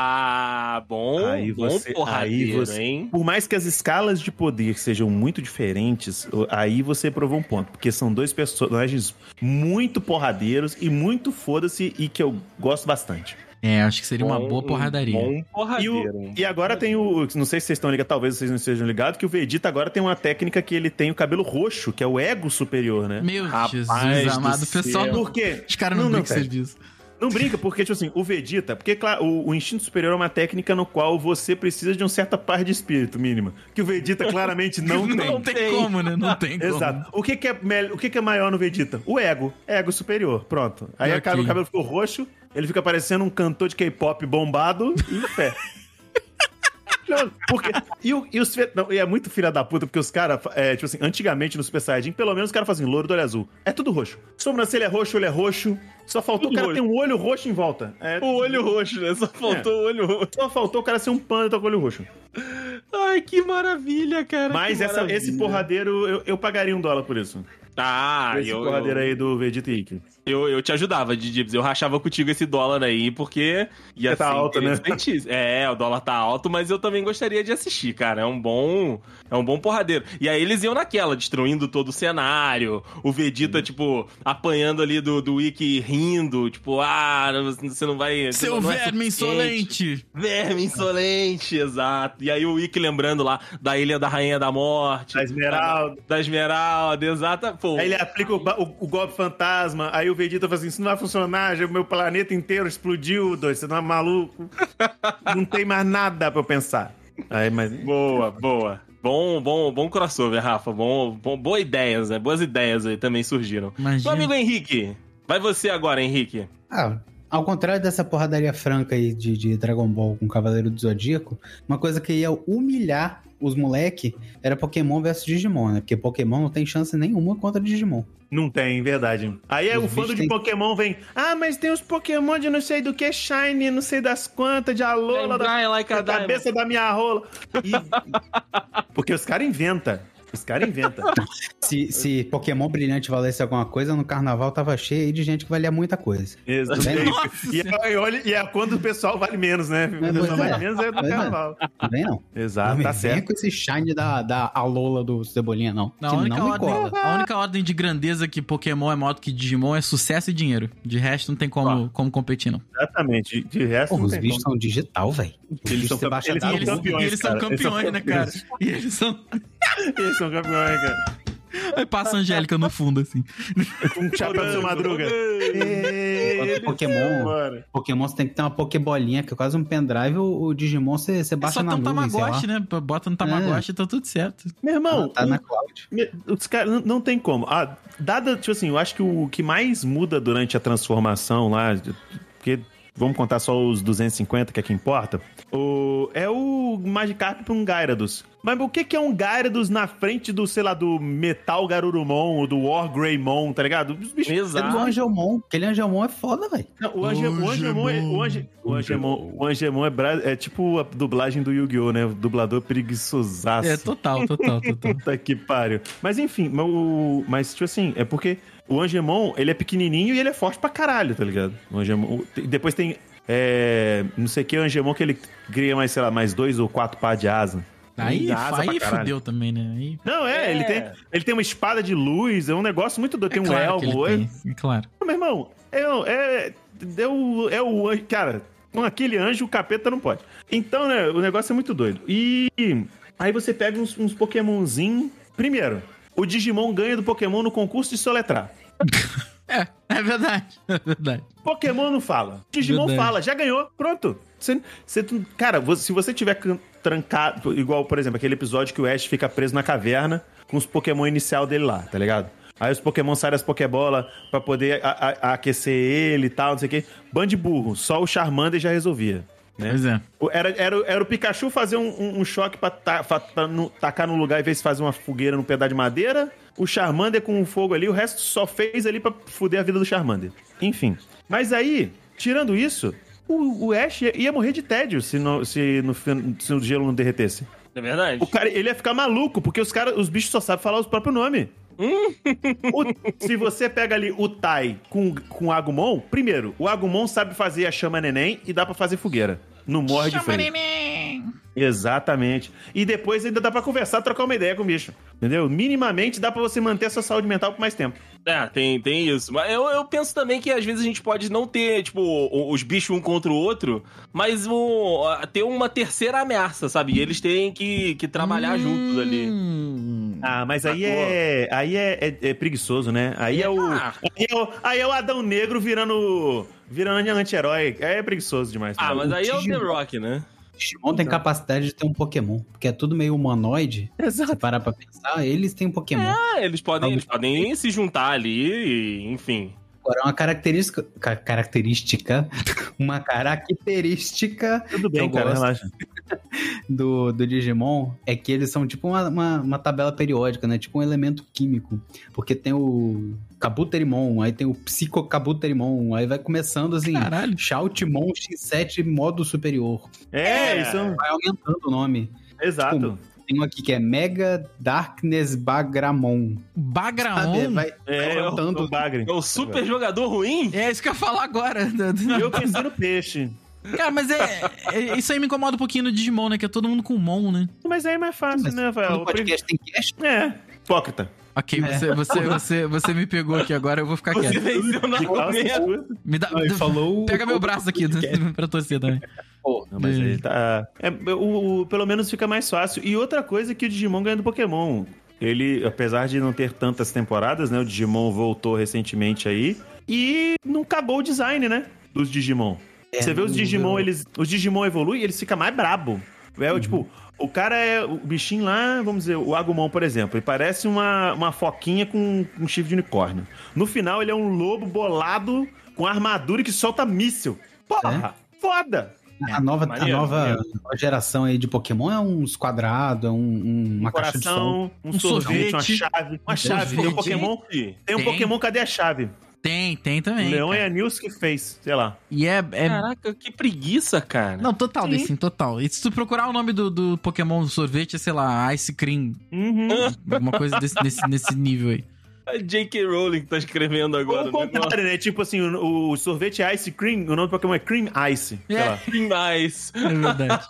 Ah, bom.
Aí você-
bom porradeiro,
aí você-
hein?
Por mais que as escalas de poder sejam muito diferentes, o- aí você provou um ponto. Porque são dois personagens muito porradeiros e muito foda-se e que eu gosto bastante.
É, acho que seria uma
Bom-
boa porradaria.
Bom
E, o-
porradeiro.
e agora tem o. Não sei se vocês estão ligados, talvez vocês não estejam ligados, que o Vegeta agora tem uma técnica que ele tem o cabelo roxo, que é o ego superior, né?
Meu
Rapaz
Jesus
do
amado, o pessoal.
céu.
não-
Por quê?
Os caras não,
Não, não,
brincam
cara.
serviço.
Não brinca, porque, tipo assim, o Vegeta, porque, claro, o, o instinto superior é uma técnica no qual você precisa de um certa par de espírito mínima. Que o Vegeta claramente não, tem.
Não tem como, né? Não tem como.
Exato.
Uhum.
O que, que é, mel- o que, que é maior no Vegeta? O ego. Ego superior. Pronto. Aí
Ok.
acaba, o cabelo ficou roxo, ele fica parecendo um cantor de K-pop bombado e em pé. Não, Porque, e, o- e os fe- não, e é muito filha da puta, porque os caras, é, tipo assim, antigamente no Super Saiyajin, pelo menos os caras fazem louro do olho azul. É tudo roxo. Sobrancelha é roxo, olho é roxo. Só faltou
Tudo
o cara
roxo.
ter um olho roxo em volta. É,
O olho roxo, né? Só faltou o olho roxo.
só faltou o cara ser um panda tá com o olho roxo.
Ai, que maravilha, cara.
Mas
que
essa- esse
maravilha.
porradeiro, eu, eu pagaria um dólar por isso.
Ah,
esse
eu,
porradeiro
eu,
aí do Vegeta e Ikki.
eu, eu te ajudava, Didibs. Eu rachava contigo esse dólar aí, porque ia
Porque tá
ser
alto, né?
interessantíssimo. É, o dólar tá alto, mas eu também gostaria de assistir, cara. É um bom. É um bom porradeiro. E aí eles iam naquela, destruindo todo o cenário. O
Uhum.
Vegeta, tipo, apanhando ali do, do Wiki rindo, tipo, ah, você não vai. você
Seu
não é
verme
suficiente.
insolente.
Verme insolente, exato. E aí o Wick lembrando lá da Ilha da Rainha da Morte.
Da Esmeralda.
Da Esmeralda, exata. Pô,
Aí ele aplica o, ba- o- o golpe fantasma. Aí o Vegeta fala assim: Isso não vai funcionar, já o meu planeta inteiro explodiu, dois. Você não é maluco. não tem mais nada pra eu pensar. Aí, mas.
Boa, boa. Bom, bom, bom crossover, Rafa. Bom, bom, boas ideias, né? Boas ideias aí também surgiram. Meu
Imagina.
amigo Henrique, vai você agora, Henrique.
Ah, ao contrário dessa porradaria franca aí de, de Dragon Ball com Cavaleiro do Zodíaco, uma coisa que ia humilhar os moleque era Pokémon versus Digimon, né? Porque Pokémon não tem chance nenhuma contra Digimon.
Não tem, verdade. Aí é,
Os
o fã
bichos
de
têm-
Pokémon vem. Ah, mas tem os Pokémon de não sei do que, Shine, não sei das quantas, de Alola, da,
Vai, like a
da
diamond.
cabeça da minha rola. E- Porque os caras inventam. Os caras inventam.
Se, se Pokémon Brilhante valesse alguma coisa, no carnaval tava cheio aí de gente que valia muita coisa.
Isso,
Tá vendo?
Nossa
e, é, e olha- e é quando o pessoal vale menos, né?
Mas
Quando
pois
vale
é.
menos é do
Pois é.
carnaval.
Não vem não. não
Exato,
me
tá
vem
certo.
com esse shine da, da Alola do Cebolinha, não.
Não, a,
que
única
não me cola.
ordem, a única ordem de grandeza que Pokémon é maior do que Digimon é sucesso e dinheiro. De resto, não tem como, como competir, não.
Exatamente. De resto,
Porra,
não
os
tem
bichos
como.
são digital, velho. Os bichos
são
você
campe-
baixa
eles
da
são
E eles,
rua.
campeões,
e Tá eles são
cara. Eles são
campeões, né, cara? E eles são.
Eles são campeões, cara.
Aí passa a Angélica no fundo, assim.
Com um chapéu do seu madruga.
Enquanto Pokémon, Pokémon você tem que ter uma Pokébolinha, que é quase um pendrive, o, o Digimon você, você
É
baixa
só ter
na
um
nuvem, sei lá.
Tamagotchi, né? Bota no Tamagotchi e tá tudo certo.
Meu irmão,
tá na cloud.
Me- Os caras não, não tem como. Ah, dada, tipo assim, eu acho que o que mais muda durante a transformação lá, de- porque vamos contar só os 250, que é que importa, o, é o Magikarp pra um Gyarados. Mas o que, que é um Gyarados na frente do, sei lá, do Metal Garurumon ou do War Greymon, tá ligado? Os bichos-
E
Exato.
do Angelmon, aquele Angelmon é foda, velho.
Não, o Ange- o Angemon é- o Ange- o Angemon- o Angemon é bra- é tipo a dublagem do Yu-Gi-Oh!, né? O dublador preguiçosaço.
É, total, total, total.
Puta que pariu. Mas enfim, mas o- mas tipo assim, é porque o Angemon, ele é pequenininho e ele é forte pra caralho, tá ligado? O Angemon, o- tem- depois tem, é, não sei que Angemon que ele cria mais, sei lá, mais dois ou quatro par de asa.
Aí,
Ele dá asa
aí
pra caralho.
fudeu também, né? Aí,
Não,
É.
é, Ele, tem, ele tem uma espada de luz, é um negócio muito doido. Tem um
claro que ele
elmo. É,
tem, é claro.
meu irmão, é, é, é o, é o anjo. Cara, com aquele anjo, o capeta não pode. Então, né, o negócio é muito doido. E aí você pega uns, uns Pokémonzinho. Primeiro, o Digimon ganha do Pokémon no concurso de soletrar.
É, é verdade, é verdade.
Pokémon não fala. Digimon
Verdade.
fala, já ganhou, pronto. Você, você- cara, você- se você tiver can- trancado, igual, por exemplo, aquele episódio que o Ash fica preso na caverna com os Pokémon inicial dele lá, tá ligado? Aí os Pokémon saem das Pokébola pra poder a- a- aquecer ele e tal, não sei o quê. Bando de burro, só o Charmander já resolvia. Né?
Pois é.
O- Era, era, o- era o Pikachu fazer um, um- um choque pra, ta- fa- pra no- tacar num lugar e ver se faz uma fogueira num pedaço de madeira. O Charmander com o fogo ali, o resto só fez ali pra fuder a vida do Charmander. Enfim. Mas aí, tirando isso, o, o Ash ia, ia morrer de tédio se, não, se, no, fin- se o gelo não derretesse.
É verdade.
O cara, ele ia ficar maluco, porque os cara, os bichos só sabem falar os próprios nomes. Hum. O- se você pega ali o Tai com, com o Agumon, primeiro, o Agumon sabe fazer a chama neném e dá pra fazer fogueira. Não morre de frio. Exatamente. E depois ainda dá pra conversar, trocar uma ideia com o bicho. Entendeu? Minimamente dá pra você manter a sua saúde mental por mais tempo.
É, tem, tem isso. Mas eu, eu penso também que às vezes a gente pode não ter, tipo, o- os bichos um contra o outro, mas o, Hum. a- ter uma terceira ameaça, sabe? E eles têm que, que trabalhar juntos ali.
Hum,
Ah, mas aí é. Aí é, é- é preguiçoso, né? Aí é o.
Ah.
Aí é o, aí é o Adão Negro virando. Virando anti-herói. É preguiçoso demais.
Ah,
também.
mas aí é o The
Digimon.
Rock, né?
Digimon tem capacidade de ter um Pokémon, porque é tudo meio humanoide. Se
Exato.
parar pra pensar, eles têm um Pokémon.
Ah, eles podem, eles podem se juntar ali, e, enfim.
Agora, uma característica. ca- Característica. Uma característica
Tudo bem,
Eu
cara,
gosto.
relaxa.
do, do Digimon é que eles são tipo uma, uma, uma tabela periódica, né? Tipo um elemento químico. Porque tem o Kabuterimon, aí tem o Psicocabuterimon, aí vai começando assim.
Caralho.
Shoutmon X7 modo superior.
É, isso é um...
Vai aumentando o nome.
Exato.
Tem um aqui que é Mega Darkness Bagramon. Sabe?
Bagraon.
Vai
É, é o,
aumentando
o bagre.
É o super jogador ruim?
É isso que eu ia falar agora.
Eu pensei no peixe.
Cara, mas é, é- Isso aí me incomoda um pouquinho no Digimon, né? Que é todo mundo com Mon, né?
Mas aí é mais fácil,
Mas
né,
no
Rafael?
podcast tem cast.
É. Hipócrita.
Ok,
É.
você, você, você, você me pegou aqui agora, eu vou ficar
Você
quieto.
venceu na
De calça
primeira.
curta.
Me dá.
Aí falou.
Pega meu braço aqui né? pra torcer também.
Não, mas ele tá. é, o, o- pelo menos fica mais fácil. E outra coisa é que o Digimon ganha do Pokémon. Ele, apesar de não ter tantas temporadas, né? O Digimon voltou recentemente aí. E não cagou o design, né? Dos Digimon.
É,
Você vê os
não Uhum.
Digimon,
deu.
eles. Os Digimon evoluem e eles ficam mais brabo. É, tipo, o cara é. O bichinho lá, vamos dizer, o Agumon, por exemplo, ele parece uma, uma foquinha com um chifre de unicórnio. No final, ele é um lobo bolado com armadura que solta míssil. Porra!
É?
Foda!
A nova,
maneiro,
a nova
maneiro.
geração aí de Pokémon é uns quadrados, é um, um- uma caixa de som.
coração, um, sorvete, uma chave. Uma chave. Tem um
sorvete.
Pokémon.
Gente,
Tem um
Tem.
Pokémon, cadê a chave?
Tem, tem
O
também.
Leão é-
cara.
e a Nils que fez, sei lá.
E é. é-
Caraca, que preguiça, cara.
Não, total, desse, total. E se tu procurar o nome do, do Pokémon do sorvete, é, sei lá, Ice Cream.
Uhum.
Alguma coisa desse, nesse, nesse nível aí.
A J.K. É Rowling que tá escrevendo
Ou
agora.
o contrário, né? Tipo assim, o, o sorvete é Ice Cream, o nome do Pokémon é Cream Ice. Sei
É.
lá.
Demais.
É verdade.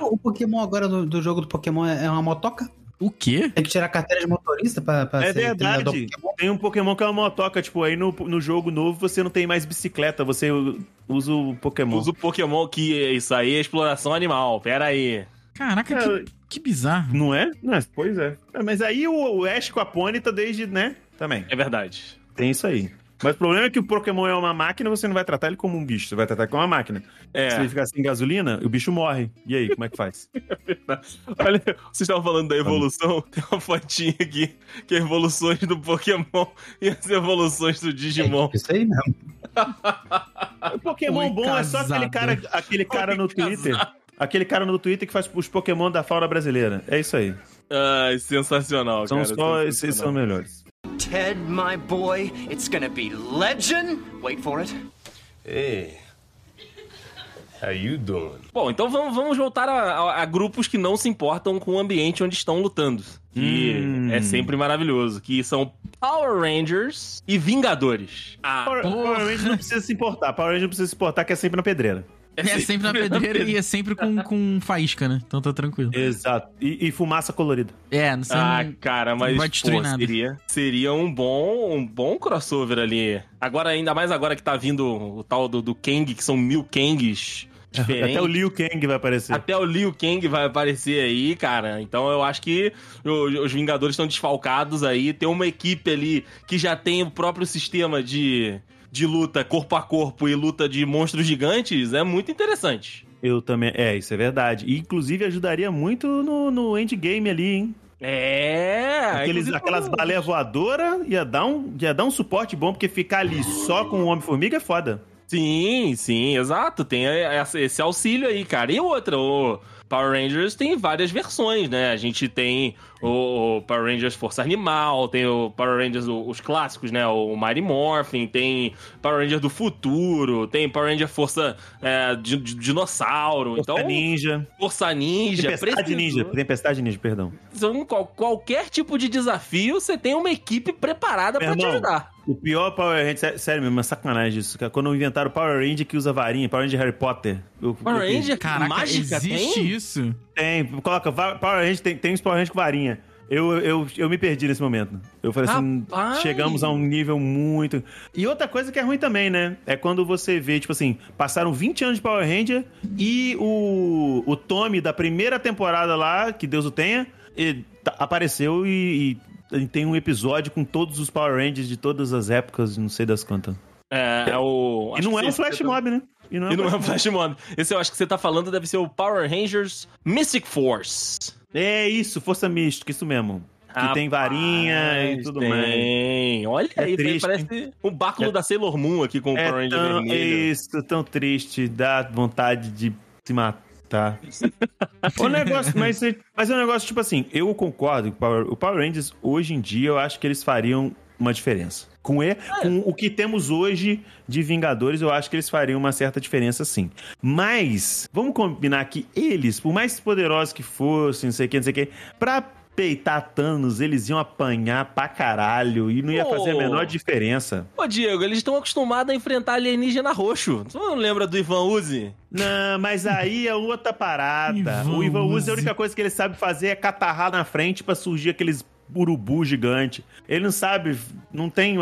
O Pokémon agora do, do jogo do Pokémon é é uma motoca?
O quê?
Tem que tirar a carteira de motorista pra,
Tá
pra
É
né?
ser
verdade.
treinador Pokémon?
Tem um Pokémon que é uma motoca, tipo, aí no, no jogo novo você não tem mais bicicleta, você usa o Pokémon.
Usa o Pokémon que é isso aí é exploração animal. Pera aí.
Caraca,
É,
que, que bizarro.
Não é? Não, é, pois é. É, Mas aí o, o Ash com a Pony tá desde, né? Também.
É verdade.
Tem isso aí. Mas o problema é que o Pokémon é uma máquina, você não vai tratar ele como um bicho, você vai tratar ele como uma máquina.
É.
Se ele ficar sem gasolina, o bicho morre. E aí, como é que faz?
Olha, vocês estavam falando da
Tá
evolução. Tem uma fotinha aqui que é evoluções do Pokémon e as evoluções do Digimon.
É, isso aí mesmo.
O Pokémon
Oi,
bom é só aquele
casado.
cara, aquele cara no
Oi, casado.
Twitter. Aquele cara no Twitter que faz os Pokémon da fauna brasileira. É isso aí.
Ai, sensacional,
É. São
cara.
só
sensacional.
esses são melhores.
Ted, my boy, it's gonna be legend. Wait for it.
Hey, how you doing?
Bom, então vamos, vamos voltar a, a- a grupos que não se importam com o ambiente onde estão lutando. Que
Hum.
é sempre maravilhoso. Que são Power Rangers e Vingadores. Ah,
Power,
porra.
Power Rangers não precisa se importar. Power Rangers não precisa se importar, que é sempre na pedreira.
É sempre na pedreira e é sempre com, com faísca, né? Então tá tranquilo.
Exato. E, e fumaça colorida.
É, não sei.
Ah,
não-
cara, mas
vai destruir
pô,
nada.
seria, seria um bom um bom crossover ali. Agora, ainda mais agora que tá vindo o tal do, do Kang, que são mil Kangs diferentes.
Até o Liu Kang vai aparecer.
Até o Liu Kang vai aparecer aí, cara. Então eu acho que o- os Vingadores estão desfalcados aí. Tem uma equipe ali que já tem o próprio sistema de, de luta corpo a corpo e luta de monstros gigantes. É muito interessante.
Eu também. É, isso é verdade. E, inclusive, ajudaria muito no, no endgame ali, hein?
É!
Aqueles,
inclusive,
aquelas
o-
baleias voadoras ia dar, um, ia dar um suporte bom, porque ficar ali só com o Homem-Formiga é foda.
Sim, sim, exato. Tem essa- esse auxílio aí, cara. E outra, o Power Rangers tem várias versões, né? A gente tem o Power Rangers Força Animal, tem o Power Rangers o- os clássicos, né? O Mighty Morphin, tem Power Ranger do Futuro, tem Power Ranger Força é, de, de- Dinossauro.
Então,
então,
ninja.
Força Ninja,
Tempestade
precisou-
Ninja. Tempestade Ninja, perdão.
São qual- qualquer tipo de desafio, você tem uma equipe preparada
Meu
pra te
irmão,
ajudar.
O pior Power Ranger. sé- Sério mesmo, é sacanagem isso. cara. Quando inventaram o Power Ranger que usa varinha, Power Ranger Harry Potter. Eu-
Power
eu-
Ranger,
Caraca,
mágica
existe
tem?
isso?
Tem, coloca va- Power Ranger, tem, tem os Power Rangers com varinha. Eu, eu, eu me perdi nesse momento. Eu falei assim,
Rapaz!
chegamos a um nível muito. E outra coisa que é ruim também, né? É quando você vê, tipo assim, passaram 20 anos de Power Ranger e o, o Tommy da primeira temporada lá, que Deus o tenha, e tá- apareceu e, e tem um episódio com todos os Power Rangers de todas as épocas, não sei das quantas.
É, é o.
E
acho
não
que
é
você- tá-
um flash mob, né?
E não é um Flash Mob. Esse eu acho que você tá falando deve ser o Power Rangers Mystic Force.
É isso, força mística, isso mesmo. Que tem varinha e tudo mais.
Tem. Olha
É
aí,
triste.
parece um báculo
É-
da Sailor Moon aqui com o Power
É
Ranger
tão,
vermelho.
isso, tão triste, dá vontade de se matar. o negócio, mas, mas é um negócio tipo assim, eu concordo que o Power, o Power Rangers, hoje em dia, eu acho que eles fariam uma diferença. Com, e, com o que temos hoje de Vingadores, eu acho que eles fariam uma certa diferença sim. Mas, vamos combinar que eles, por mais poderosos que fossem, não sei o que, não sei o que, pra peitar Thanos, eles iam apanhar pra caralho e não ia fazer a
Pô.
menor diferença.
Ô, Diego, eles estão acostumados a enfrentar alienígena roxo. Tu não lembra do Ivan Uzi?
Não, mas aí é outra parada.
Ivan
o Ivan Uzi,
Uzi.
a única coisa que ele sabe fazer é catarrar na frente pra surgir aqueles urubu gigante. Ele não sabe, não tem...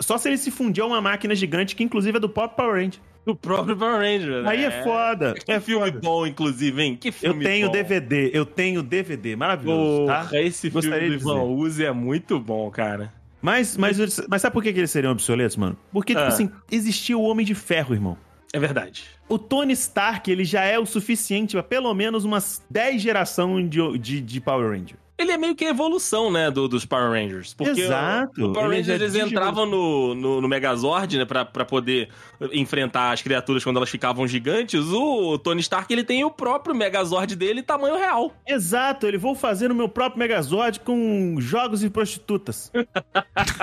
Só se ele se fundir a uma máquina gigante, que inclusive é do Pop Power Ranger.
Do próprio Power Ranger. né?
Aí é foda.
Que filme bom, inclusive, hein? Que
Eu
filme
tenho
bom.
DVD, eu tenho DVD, maravilhoso,
Porra,
tá?
esse
Gostaria
filme
de
do Ivan
dizer.
Uzi é muito bom, cara.
Mas, mas, eles- mas sabe por que que eles seriam obsoletos, mano? Porque, tipo
Ah.
assim, existia o Homem de Ferro, irmão.
É verdade.
O Tony Stark, ele já é o suficiente pra pelo menos umas 10 gerações de, de, de Power Ranger.
Ele é meio que a evolução, né, do- dos Power Rangers. Porque
Exato.
O, o Power
Ele
Rangers,
já é
eles
digno.
entravam no, no, no Megazord, né, pra, pra poder enfrentar as criaturas quando elas ficavam gigantes. O Tony Stark, ele tem o próprio Megazord dele, tamanho real.
Exato, ele vou fazer o meu próprio Megazord com jogos e prostitutas.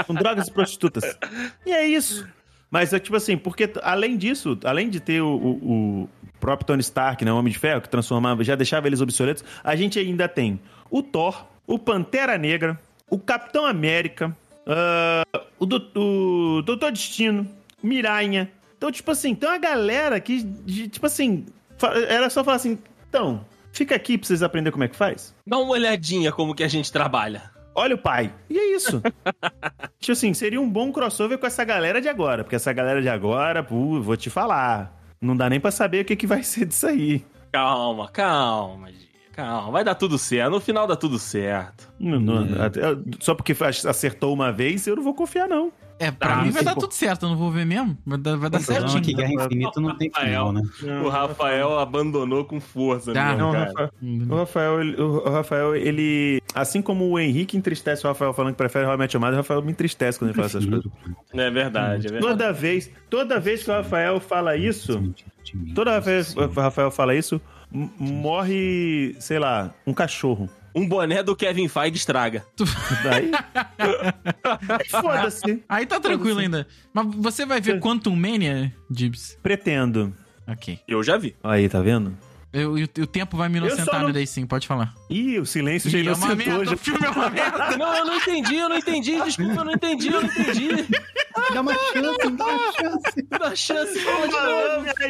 com drogas e prostitutas. E é isso. Mas é tipo assim, porque t- além disso, além de ter o, o- o próprio Tony Stark, né, o Homem de Ferro, que transformava, já deixava eles obsoletos, a gente ainda tem o Thor, o Pantera Negra, o Capitão América, ah, o, Dou- o Doutor Destino, Miranha. Então, tipo assim, tem uma galera que, de- tipo assim, fa- era só falar assim, então, fica aqui pra vocês aprenderem como é que faz.
Dá uma olhadinha como que a gente trabalha.
Olha o pai. E é isso. tipo assim, seria um bom crossover com essa galera de agora. Porque essa galera de agora, pô, vou te falar. Não dá nem pra saber o que, que vai ser disso aí.
Calma, calma, Gia, calma. Vai dar tudo certo. No final dá tudo certo.
Não, não, até- só porque acertou uma vez, eu não vou confiar, não.
É, pra
Tá,
mim vai
sim,
dar
pô.
tudo certo, eu não vou ver mesmo. Vai dar, vai dar
O problema é que
certinho.
Guerra Infinita não tem final, né?
O Rafael abandonou com força,
Tá.
mesmo,
Ah, Não, o
cara.
Rafael,
Hum,
o Rafael, ele- o Rafael, ele. Assim como o Henrique entristece o Rafael falando que prefere realmente amado, o Rafael me entristece quando ele fala essas coisas.
É verdade, é verdade.
Toda vez, toda vez que o Rafael fala isso, Toda vez que o Rafael fala isso, m- morre, sei lá, um cachorro.
Um boné do Kevin Feige estraga.
Daí. Foda-se.
Aí tá tranquilo ainda. Mas você vai ver Quantum Mania, Gibbs?
Pretendo.
Ok.
Eu já vi.
Aí, tá vendo?
Eu, e o- e o tempo vai me
só
inocentar
não-
no Day Sim, pode falar.
Ih, o silêncio já
Ih, é uma merda,
inocentou. Já...
o filme é uma merda.
Não, eu não entendi, eu não entendi. Desculpa, eu não entendi, eu não entendi.
Dá uma chance, dá uma chance.
Dá chance, fala de novo.
é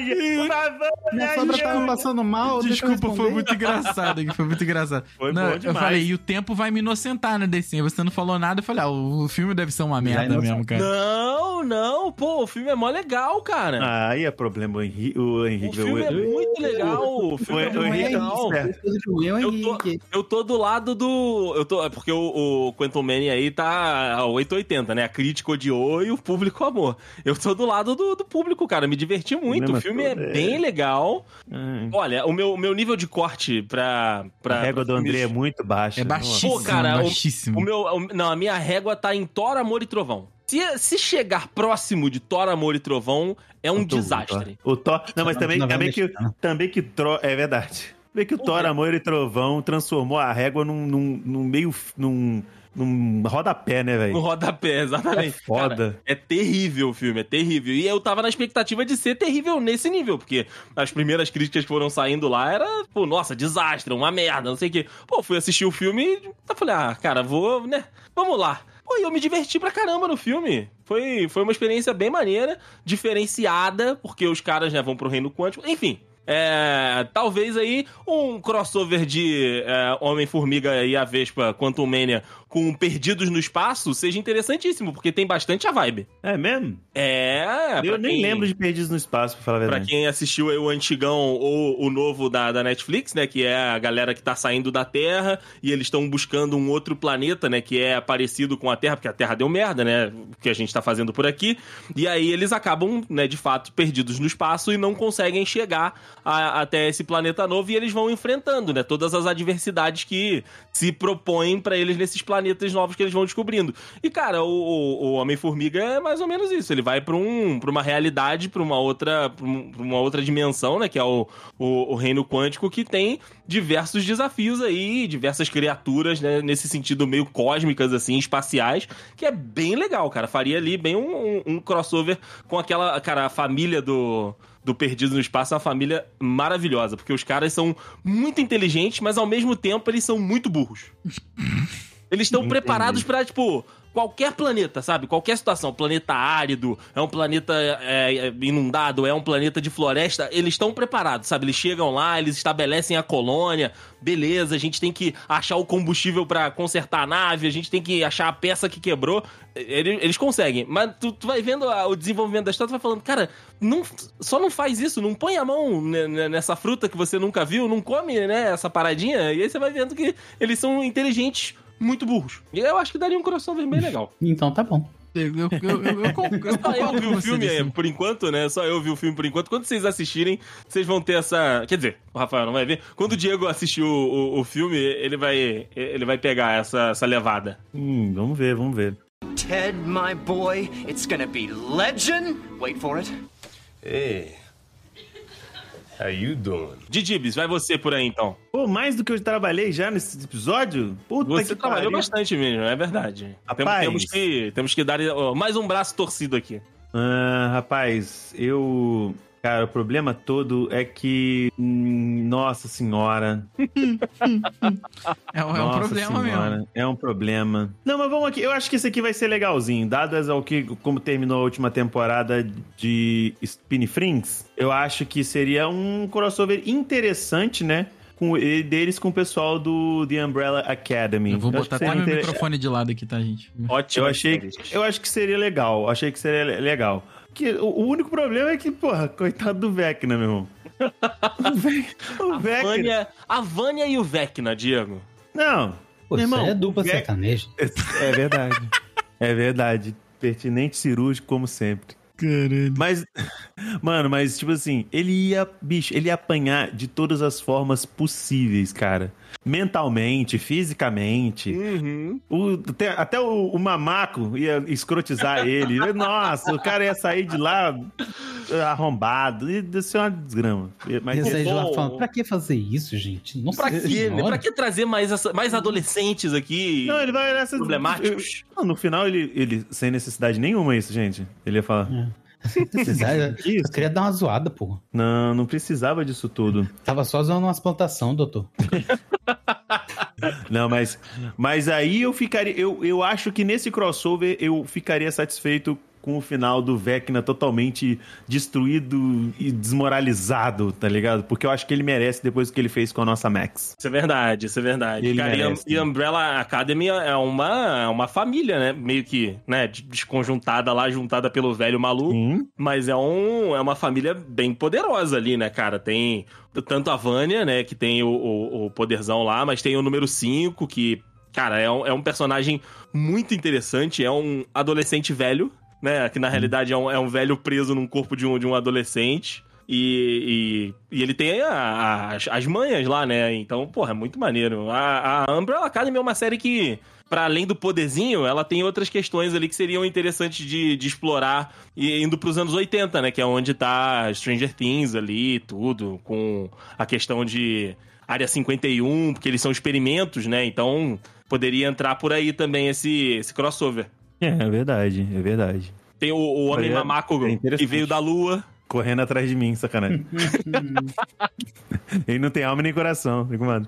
Minha sogra tava passando mal. deixa eu
Desculpa, foi
responder.
muito engraçado. Gui, Foi muito engraçado.
Foi
Não,
bom
Eu
demais.
falei, e o tempo vai me inocentar no Day Sim. Você não falou nada, eu falei, ah, o o filme deve ser uma merda
inocente.
mesmo, cara.
Não, não, pô, o filme é mó legal, cara.
Ah, Aí é problema, o Henrique. O
o
Henrique
filme é muito legal. O filme é
o
muito
Henrique tá
legal.
certo.
Coisa de ruim, eu
Eu tô,
Henrique.
eu tô do lado do. Eu tô, é porque o, o Quantum Mania aí tá a 880, né? A crítica odiou e o público amou. Eu tô do lado do, do público, cara. Me diverti muito. O
Problema
filme é
todo, é.
bem legal.
Ah,
Olha, o meu, o meu nível de corte pra. pra
A régua
pra
do André é
filmes-
muito baixa.
É baixíssimo,
Pô, cara, o-
baixíssimo.
O meu, o- não, a minha régua tá em Thor, Amor e Trovão. Se, se chegar próximo de Thor, Amor e Trovão, é um
Nossa, o Thor-
desastre.
O Thor. Não, mas
Não,
também,
não vai
também que.
mexer, não.
Também que. Tro... É verdade. Também que o Thor, Amor e Trovão transformou a régua num, num, num meio. num. num rodapé, né,
No
velho?
rodapé,
É
exatamente.
foda.
Cara, é terrível o filme, é terrível. E eu tava na expectativa de ser terrível nesse nível, porque as primeiras críticas que foram saindo lá era, pô, nossa, desastre, uma merda, não sei o quê. Pô, fui assistir o filme e eu falei, ah, cara, vou, né? Vamos lá. Pô, e eu me diverti pra caramba no filme. Foi, foi uma experiência bem maneira, diferenciada, porque os caras, né, vão pro reino quântico. Enfim, É, talvez aí um crossover de é, Homem-Formiga e a Vespa Quantum Mania com Perdidos no Espaço seja interessantíssimo, porque tem bastante a vibe.
É mesmo?
É, pra
eu nem
quem-
lembro de Perdidos no Espaço, pra falar a
Pra
verdade.
quem assistiu aí o antigão ou o novo da, da Netflix, né? Que é a galera que tá saindo da Terra e eles estão buscando um outro planeta, né? Que é parecido com a Terra, porque a Terra deu merda, né? O que a gente tá fazendo por aqui. E aí eles acabam, né, de fato, perdidos no espaço e não conseguem chegar a- até esse planeta novo. E eles vão enfrentando, né? Todas as adversidades que se propõem pra eles nesses planetas novos que eles vão descobrindo. E, cara, o, o- o Homem-Formiga é mais ou menos isso. Ele vai pra, um, pra uma realidade, pra uma outra, pra um- pra uma outra dimensão, né? Que é o, o, o reino quântico, que tem diversos desafios aí, diversas criaturas, né? Nesse sentido meio cósmicas, assim, espaciais, que é bem legal, cara. Faria ali bem um, um- um crossover com aquela, cara, a família do... Do Perdido no Espaço é uma família maravilhosa, porque os caras são muito inteligentes, mas ao mesmo tempo eles são muito burros. Eles estão preparados pra, tipo, qualquer planeta, sabe? Qualquer situação. Planeta árido, é um planeta é, é, inundado, é um planeta de floresta. Eles estão preparados, sabe? Eles chegam lá, eles estabelecem a colônia. Beleza, a gente tem que achar o combustível pra consertar a nave, a gente tem que achar a peça que quebrou. Eles, eles conseguem. Mas tu, tu vai vendo a- o desenvolvimento da história, tu vai falando, cara, não, só não faz isso, não põe a mão ne- ne- nessa fruta que você nunca viu, não come, né, essa paradinha. E aí você vai vendo que eles são inteligentes muito burros. E eu acho que daria um crossover bem legal.
Então tá bom.
Eu, eu, eu, eu, eu, concordo
Só eu vi
com
o
você,
filme é,
Destiny.
por enquanto, né? Só eu vi o filme por enquanto. Quando vocês assistirem, vocês vão ter essa. Quer dizer, o Rafael não vai ver. Quando o Diego assistir o, o, o filme, ele vai, ele vai pegar essa, essa levada.
Hum, vamos ver, vamos ver.
Ted, my boy, it's gonna be legend. Wait for it.
Hey. How you doing?
Didibis, vai você por aí então.
Pô, mais do que eu trabalhei já nesse episódio? Puta
Você
que
trabalhou
pariu.
bastante mesmo, é verdade. Temos,
Rapaz.
temos que, temos que dar ó, mais um braço torcido aqui.
Ah, rapaz, eu. Cara, o problema todo é que. hum, Nossa senhora.
É um, é um
Nossa
problema
Senhora,
mesmo.
É um problema. Não, mas vamos aqui. Eu acho que esse aqui vai ser legalzinho. Dadas ao que, como terminou a última temporada de Spinny Frings, eu acho que seria um crossover interessante, né? Com, e- deles com o pessoal do The Umbrella Academy.
Eu vou
acho que
botar até
seria
meu
inter-
microfone de lado aqui, tá, gente?
Ótimo.
eu achei, eu acho que seria legal. Achei que seria le- legal. Que, o, o único problema é que, porra, coitado do Vecna, meu irmão. O Vec- o Vecna.
Vânia, a Vânia e o Vecna, Diego.
Não.
Pô,
meu
isso
irmão,
aí é dupla
Vec-
sertaneja.
É verdade. é verdade. Pertinente cirúrgico, como sempre.
Caralho.
Mas, mano, mas tipo assim, ele ia, bicho, ele ia apanhar de todas as formas possíveis, cara. Mentalmente, fisicamente.
Uhum.
O- até até o, o mamaco ia escrotizar ele. Nossa, o cara ia sair de lá eh, arrombado. Ia ser uma desgrama. Mas
Ia sair de lá
bom.
falando, pra que fazer isso, gente? Nossa
Pra que, né?
senhora.
Pra que trazer mais, essa- mais adolescentes aqui?
Não, ele vai olhar essas...
Problemáticos.
Não, no final, ele, ele, sem necessidade nenhuma, isso, gente. Ele ia falar:
Precisava-
Isso.
Eu queria dar uma zoada, pô.
Não, não precisava disso tudo.
Tava só zoando umas plantação, doutor.
Não, mas, mas aí eu ficaria. Eu, eu acho que nesse crossover eu ficaria satisfeito com o final do Vecna totalmente destruído e desmoralizado, tá ligado? Porque eu acho que ele merece depois do que ele fez com a nossa Max.
Isso é verdade, isso é verdade.
Ele
Cara, e,
merece,
e
né?
Umbrella Academy é uma, é uma família, né? Meio que, né, de- desconjuntada lá, juntada pelo velho maluco.
Sim.
Mas é, um, é uma família bem poderosa ali, né, cara? Tem tanto a Vânia, né, que tem o, o- o poderzão lá, mas tem o número 5, que, cara, é um, é um personagem muito interessante. É um adolescente velho, né? Que na realidade é um, é um velho preso num corpo de um, de um adolescente. E, e- e ele tem a- a- as, as manhas lá, né? Então, porra, é muito maneiro. A, a Umbrella Academy é uma série que, pra além do poderzinho, ela tem outras questões ali que seriam interessantes de, de explorar e indo pros anos 80, né? Que é onde tá Stranger Things ali, e tudo, com a questão de Área 51, porque eles são experimentos, né? Então, poderia entrar por aí também esse, esse crossover.
É, é verdade, é verdade.
Tem o, o Homem
É,
Mamaco
é
que
interessante.
veio da Lua.
Correndo atrás de mim, sacanagem. ele não tem alma nem coração, fico, mano.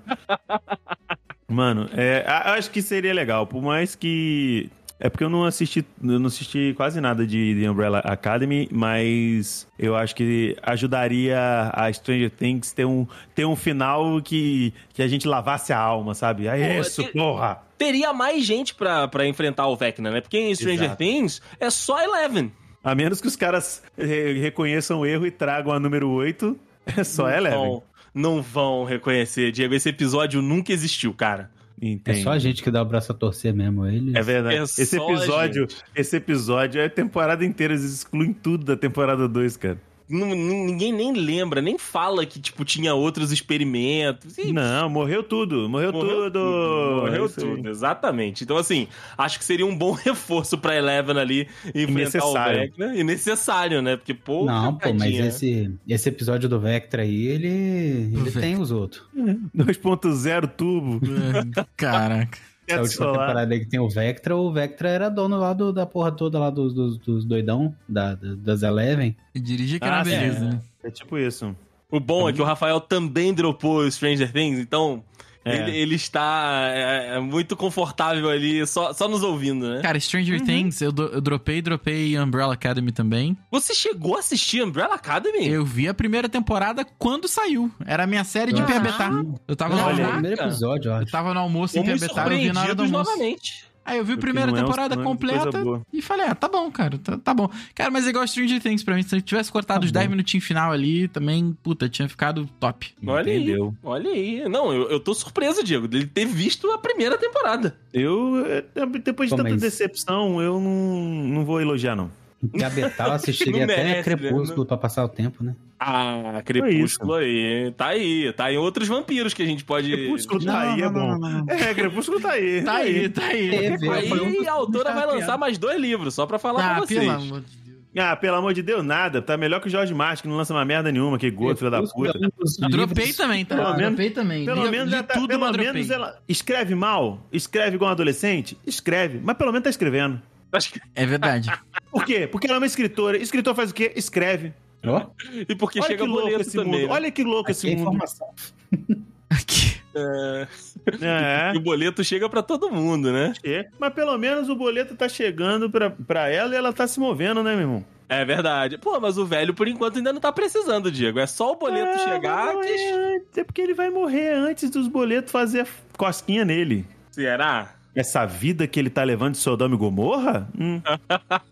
Mano, é, a- acho que seria legal, por mais que. é, É porque eu não assisti, eu não assisti quase nada de The Umbrella Academy, mas eu acho que ajudaria a Stranger Things ter um, ter um final que, que a gente lavasse a alma, sabe? É
Pô,
isso,
te-
porra!
Teria mais gente pra, pra enfrentar o Vecna, né? Porque em Stranger
Exato.
Things é só Eleven.
A menos que os caras eh, reconheçam o erro e tragam a número 8, é só Eleven.
Então,
Não, não vão reconhecer, Diego. Esse episódio nunca existiu, cara.
É
Entende?
só a gente que dá o braço a torcer mesmo. Ele.
É verdade.
É
esse
só a
episódio, esse episódio é a temporada inteira, eles excluem tudo da temporada 2, cara.
Nun- nun- Ninguém nem lembra, nem fala que, tipo, tinha outros experimentos. E
Não, morreu tudo, morreu,
Morreu
tudo.
Morreu
Isso aí.
tudo, exatamente. Então, assim, acho que seria um bom reforço pra Eleven ali enfrentar o
necessário.
Vecna. E necessário, né? Porque, pô,
Não, pô, mas
tadinha. né?
esse, esse episódio do Vectra aí, ele, ele
Vectra.
tem os outros.
2.0 turbo.
Caraca.
Essa
Teto
É última
solar.
temporada aí que tem o Vectra, o Vectra era dono lá do- da porra toda lá dos, dos, dos doidão, da, da- das Eleven.
E dirige que
Ah,
era
sim.
beleza, né?
É tipo isso.
O bom é
Uhum.
que o Rafael também dropou Stranger Things, então
É.
ele, ele está é, é, muito confortável ali, só, só nos ouvindo, né?
Cara, Stranger Things, eu, do- eu dropei, dropei Umbrella Academy também.
Você chegou a assistir Umbrella Academy?
Eu vi a primeira temporada quando saiu. Era a minha série de
Ah.
PBTA. Eu tava né? no
Olha aí.
Olha, o
almoço.
primeiro episódio, ó.
Eu tava no almoço em
Fomos
PBTA, eu vi na hora do
surpreendidos
almoço.
novamente.
Aí eu vi a
que
primeira
não é um-
temporada
não é uma coisa
completa
boa.
e falei, ah, tá bom, cara, tá, tá bom. Cara, mas é igual Stranger Things pra mim. Se eu tivesse cortado os 10 minutinhos final ali, também, puta, tinha ficado top.
Olha
Entendeu.
aí, olha aí. Não, eu, eu tô surpreso, Diego, dele ter visto a primeira temporada.
Eu, eh, depois de
Pô,
tanta
mas-
decepção, eu não, não vou elogiar, não.
Gabetal assistiria
Não
até
merece, né?
Crepúsculo pra passar o tempo, né?
Ah, Crepúsculo aí. Tá aí, tá aí outros vampiros que a gente pode...
Crepúsculo tá aí, é bom. É, Crepúsculo tá aí.
Tá aí, tá aí.
Teve, eu
um
falei,
Aí a autora vai lançar mais dois livros, só pra falar
Ah,
pra vocês.
pelo amor de Deus.
Ah, pelo amor de Deus, nada. Tá melhor que o Jorge Martin, que não lança uma merda nenhuma, que gordo, filho da
Crepúsculo
puta.
é um dos
Dropei
livros-
também, tá?
Pelo menos-
dropei também.
Pelo
Li-
menos,
li
ela tá,
tudo,
pelo
mas dropei.
menos ela escreve mal, escreve igual um adolescente, escreve, mas pelo menos tá escrevendo.
Acho que-
É verdade.
Por quê? Porque ela é uma escritora. Escritor faz o quê? Escreve.
Ó,
E porque
Olha
chega
que louco
boleto
esse
também.
mundo.
né?
Olha que louco
aqui
esse
é
mundo.
informação.
Aqui.
É,
É.
E o boleto chega pra todo mundo, né?
É, Mas pelo menos o boleto tá chegando pra, pra ela e ela tá se movendo, né, meu irmão?
É verdade. Pô, mas o velho, por enquanto, ainda não tá precisando, Diego. É só o boleto
É,
chegar
mas
que...
não É, é porque ele vai morrer antes dos boletos fazer cosquinha nele.
Será?
Essa vida que ele tá levando de Sodoma e Gomorra? Hum,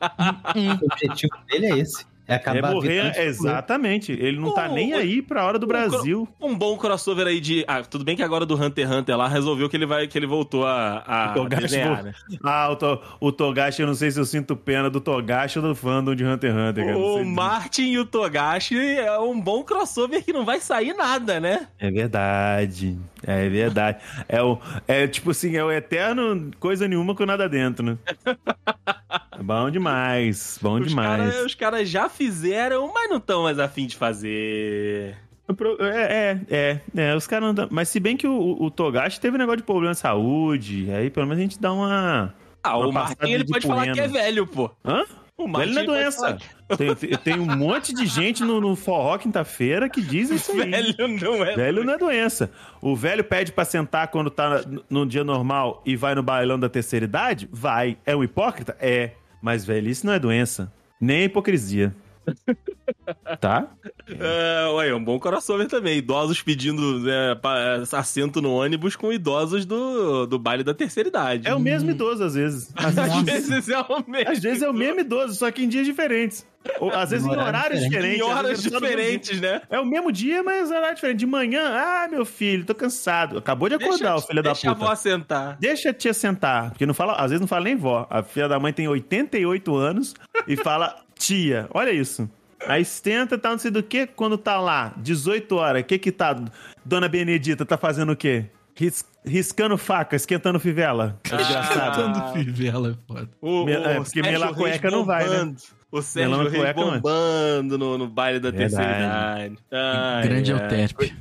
O objetivo dele é esse. É
é
acabar a vida
morrer,
antes do
exatamente. Ele não tá
Pô,
nem
o-
aí pra hora do Brasil.
Um bom crossover aí de... Ah, tudo bem que agora do Hunter x Hunter lá resolveu que ele vai... Que ele voltou a, a
O Togashi
desenhar,
voltou.
né?
Ah, o, to, o Togashi, eu não sei se eu sinto pena do Togashi ou do fandom de Hunter x Hunter. cara. Não
O
sei-
Martin e o Togashi é um bom crossover que não vai sair nada, né?
É verdade. É verdade. É, o, é tipo assim, é o eterno coisa nenhuma com nada dentro, né? É bom demais. Bom
Os
demais.
cara- os caras já fizeram, mas não estão mais afim de fazer.
O pro- É, é, é, é, Os caras não dão- Mas se bem que o, o Togashi teve negócio de problema de saúde, aí pelo menos a gente dá uma.
Ah,
Uma
o Martin
passada
ele
de
pode falar que é
poema.
velho, pô.
Hã?
O Martin
Velho não é
ele pode
doença.
falar que
Tem, tem- tem um monte de gente no, no forró quinta-feira que diz isso aí.
Velho não é.
Velho não é doença. O velho pede pra sentar quando tá no- no dia normal e vai no bailão da terceira idade? Vai. É um hipócrita? É. Mas velhice não é doença. Nem é hipocrisia. Tá?
É, ué, é um bom crossover também. Idosos pedindo né, pa- assento no ônibus com idosos do, do baile da terceira idade.
É o mesmo idoso, às vezes. Às
Às
vezes,
vezes é o mesmo.
às vezes é o mesmo idoso, só que em dias diferentes. Ou, às vezes em
Em horário
horários diferentes.
Em
às vezes
horas
é só no mesmo dia.
diferentes, né?
É o mesmo dia, mas horário diferente. De manhã, ah, meu filho, tô cansado. Acabou de acordar, o filho da
deixa a
puta.
avó sentar.
Deixa a tia sentar, porque não fala, às vezes não fala nem vó. A filha da mãe tem 88 anos e fala tia. Olha isso. Aí senta, tá não sei do que, quando tá lá, 18 horas, o que que tá? Dona Benedita tá fazendo o quê? Ris- riscando faca, esquentando fivela. É engraçado.
Ah.
Tanto fivela, é foda.
O,
Me- é, porque
Sérgio
Mela Cueca
Reis
não vai, né?
bombando. O Sérgio
Mela
Reis
Cueca, mano.
bombando no, no baile da
Verdade.
terceira idade. Ai,
Grande
ai.
Alterp.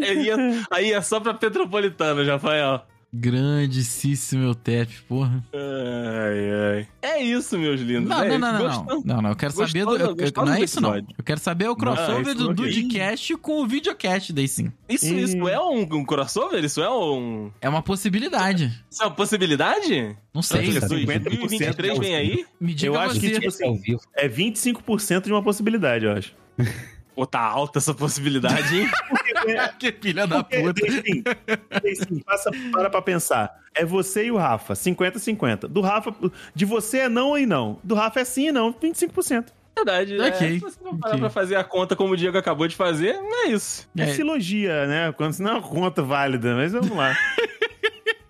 Aí é, aí é só pra Petropolitana, Rafael.
Grandíssimo Eutep, porra.
Ai, ai. É isso, meus lindos.
Não, não,
é isso.
não, não, não.
Gostou?
Não, não, eu quero saber do.
Gostoso-
eu- eu-
gostoso
não é
do
isso, não.
episódio.
Eu quero saber o crossover
isso
do
não quis.
Dudcast com o videocast, daí sim.
Isso, isso é um, um crossover? Isso é um.
É uma possibilidade.
Isso é uma possibilidade?
Não sei.
Olha só.
2023 vem aí?
Me diga
Eu acho
você.
que, tipo
Esse é ao
assim,
vivo.
é 25% de uma possibilidade, eu acho.
Pô, tá alta essa possibilidade, hein?
que filha da puta.
Sim, sim, passa, para pra pensar. É você e o Rafa, 50-50. Do Rafa, de você é não e não. Do Rafa é sim e não, 25%.
Verdade.
Ok,
É, se você não parar
ok.
pra fazer a conta como o Diego acabou de fazer, é isso.
É,
É.
silogia, né? Quando não é uma conta válida, mas vamos lá.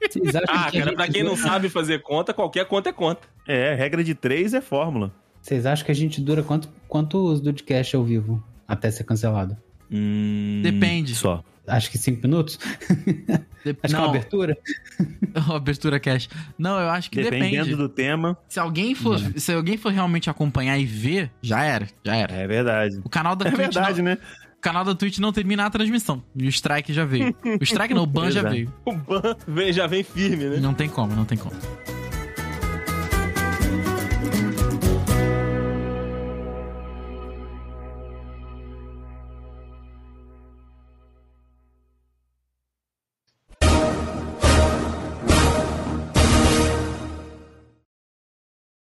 Vocês acham
Ah,
que a
é
cara, pra
gente
quem não
dura-
sabe fazer conta, qualquer conta é conta.
É, regra de três é fórmula.
Vocês acham que a gente dura quanto, quantos Dudcast ao vivo até ser cancelado?
Depende.
Hum, Só.
Acho que cinco minutos?
Dep-
Acho que é uma
não,
abertura?
abertura cash. Não, eu acho que
Dependendo
depende.
do tema.
Se alguém for, se alguém for realmente acompanhar e ver, já era, já era.
É verdade.
O canal da
É
Twitch não-
verdade, né?
o canal da Twitch não termina a transmissão. E o strike já veio. O strike não, o ban já
Exato.
veio.
O ban vem- já vem firme, né?
Não tem como, não tem como.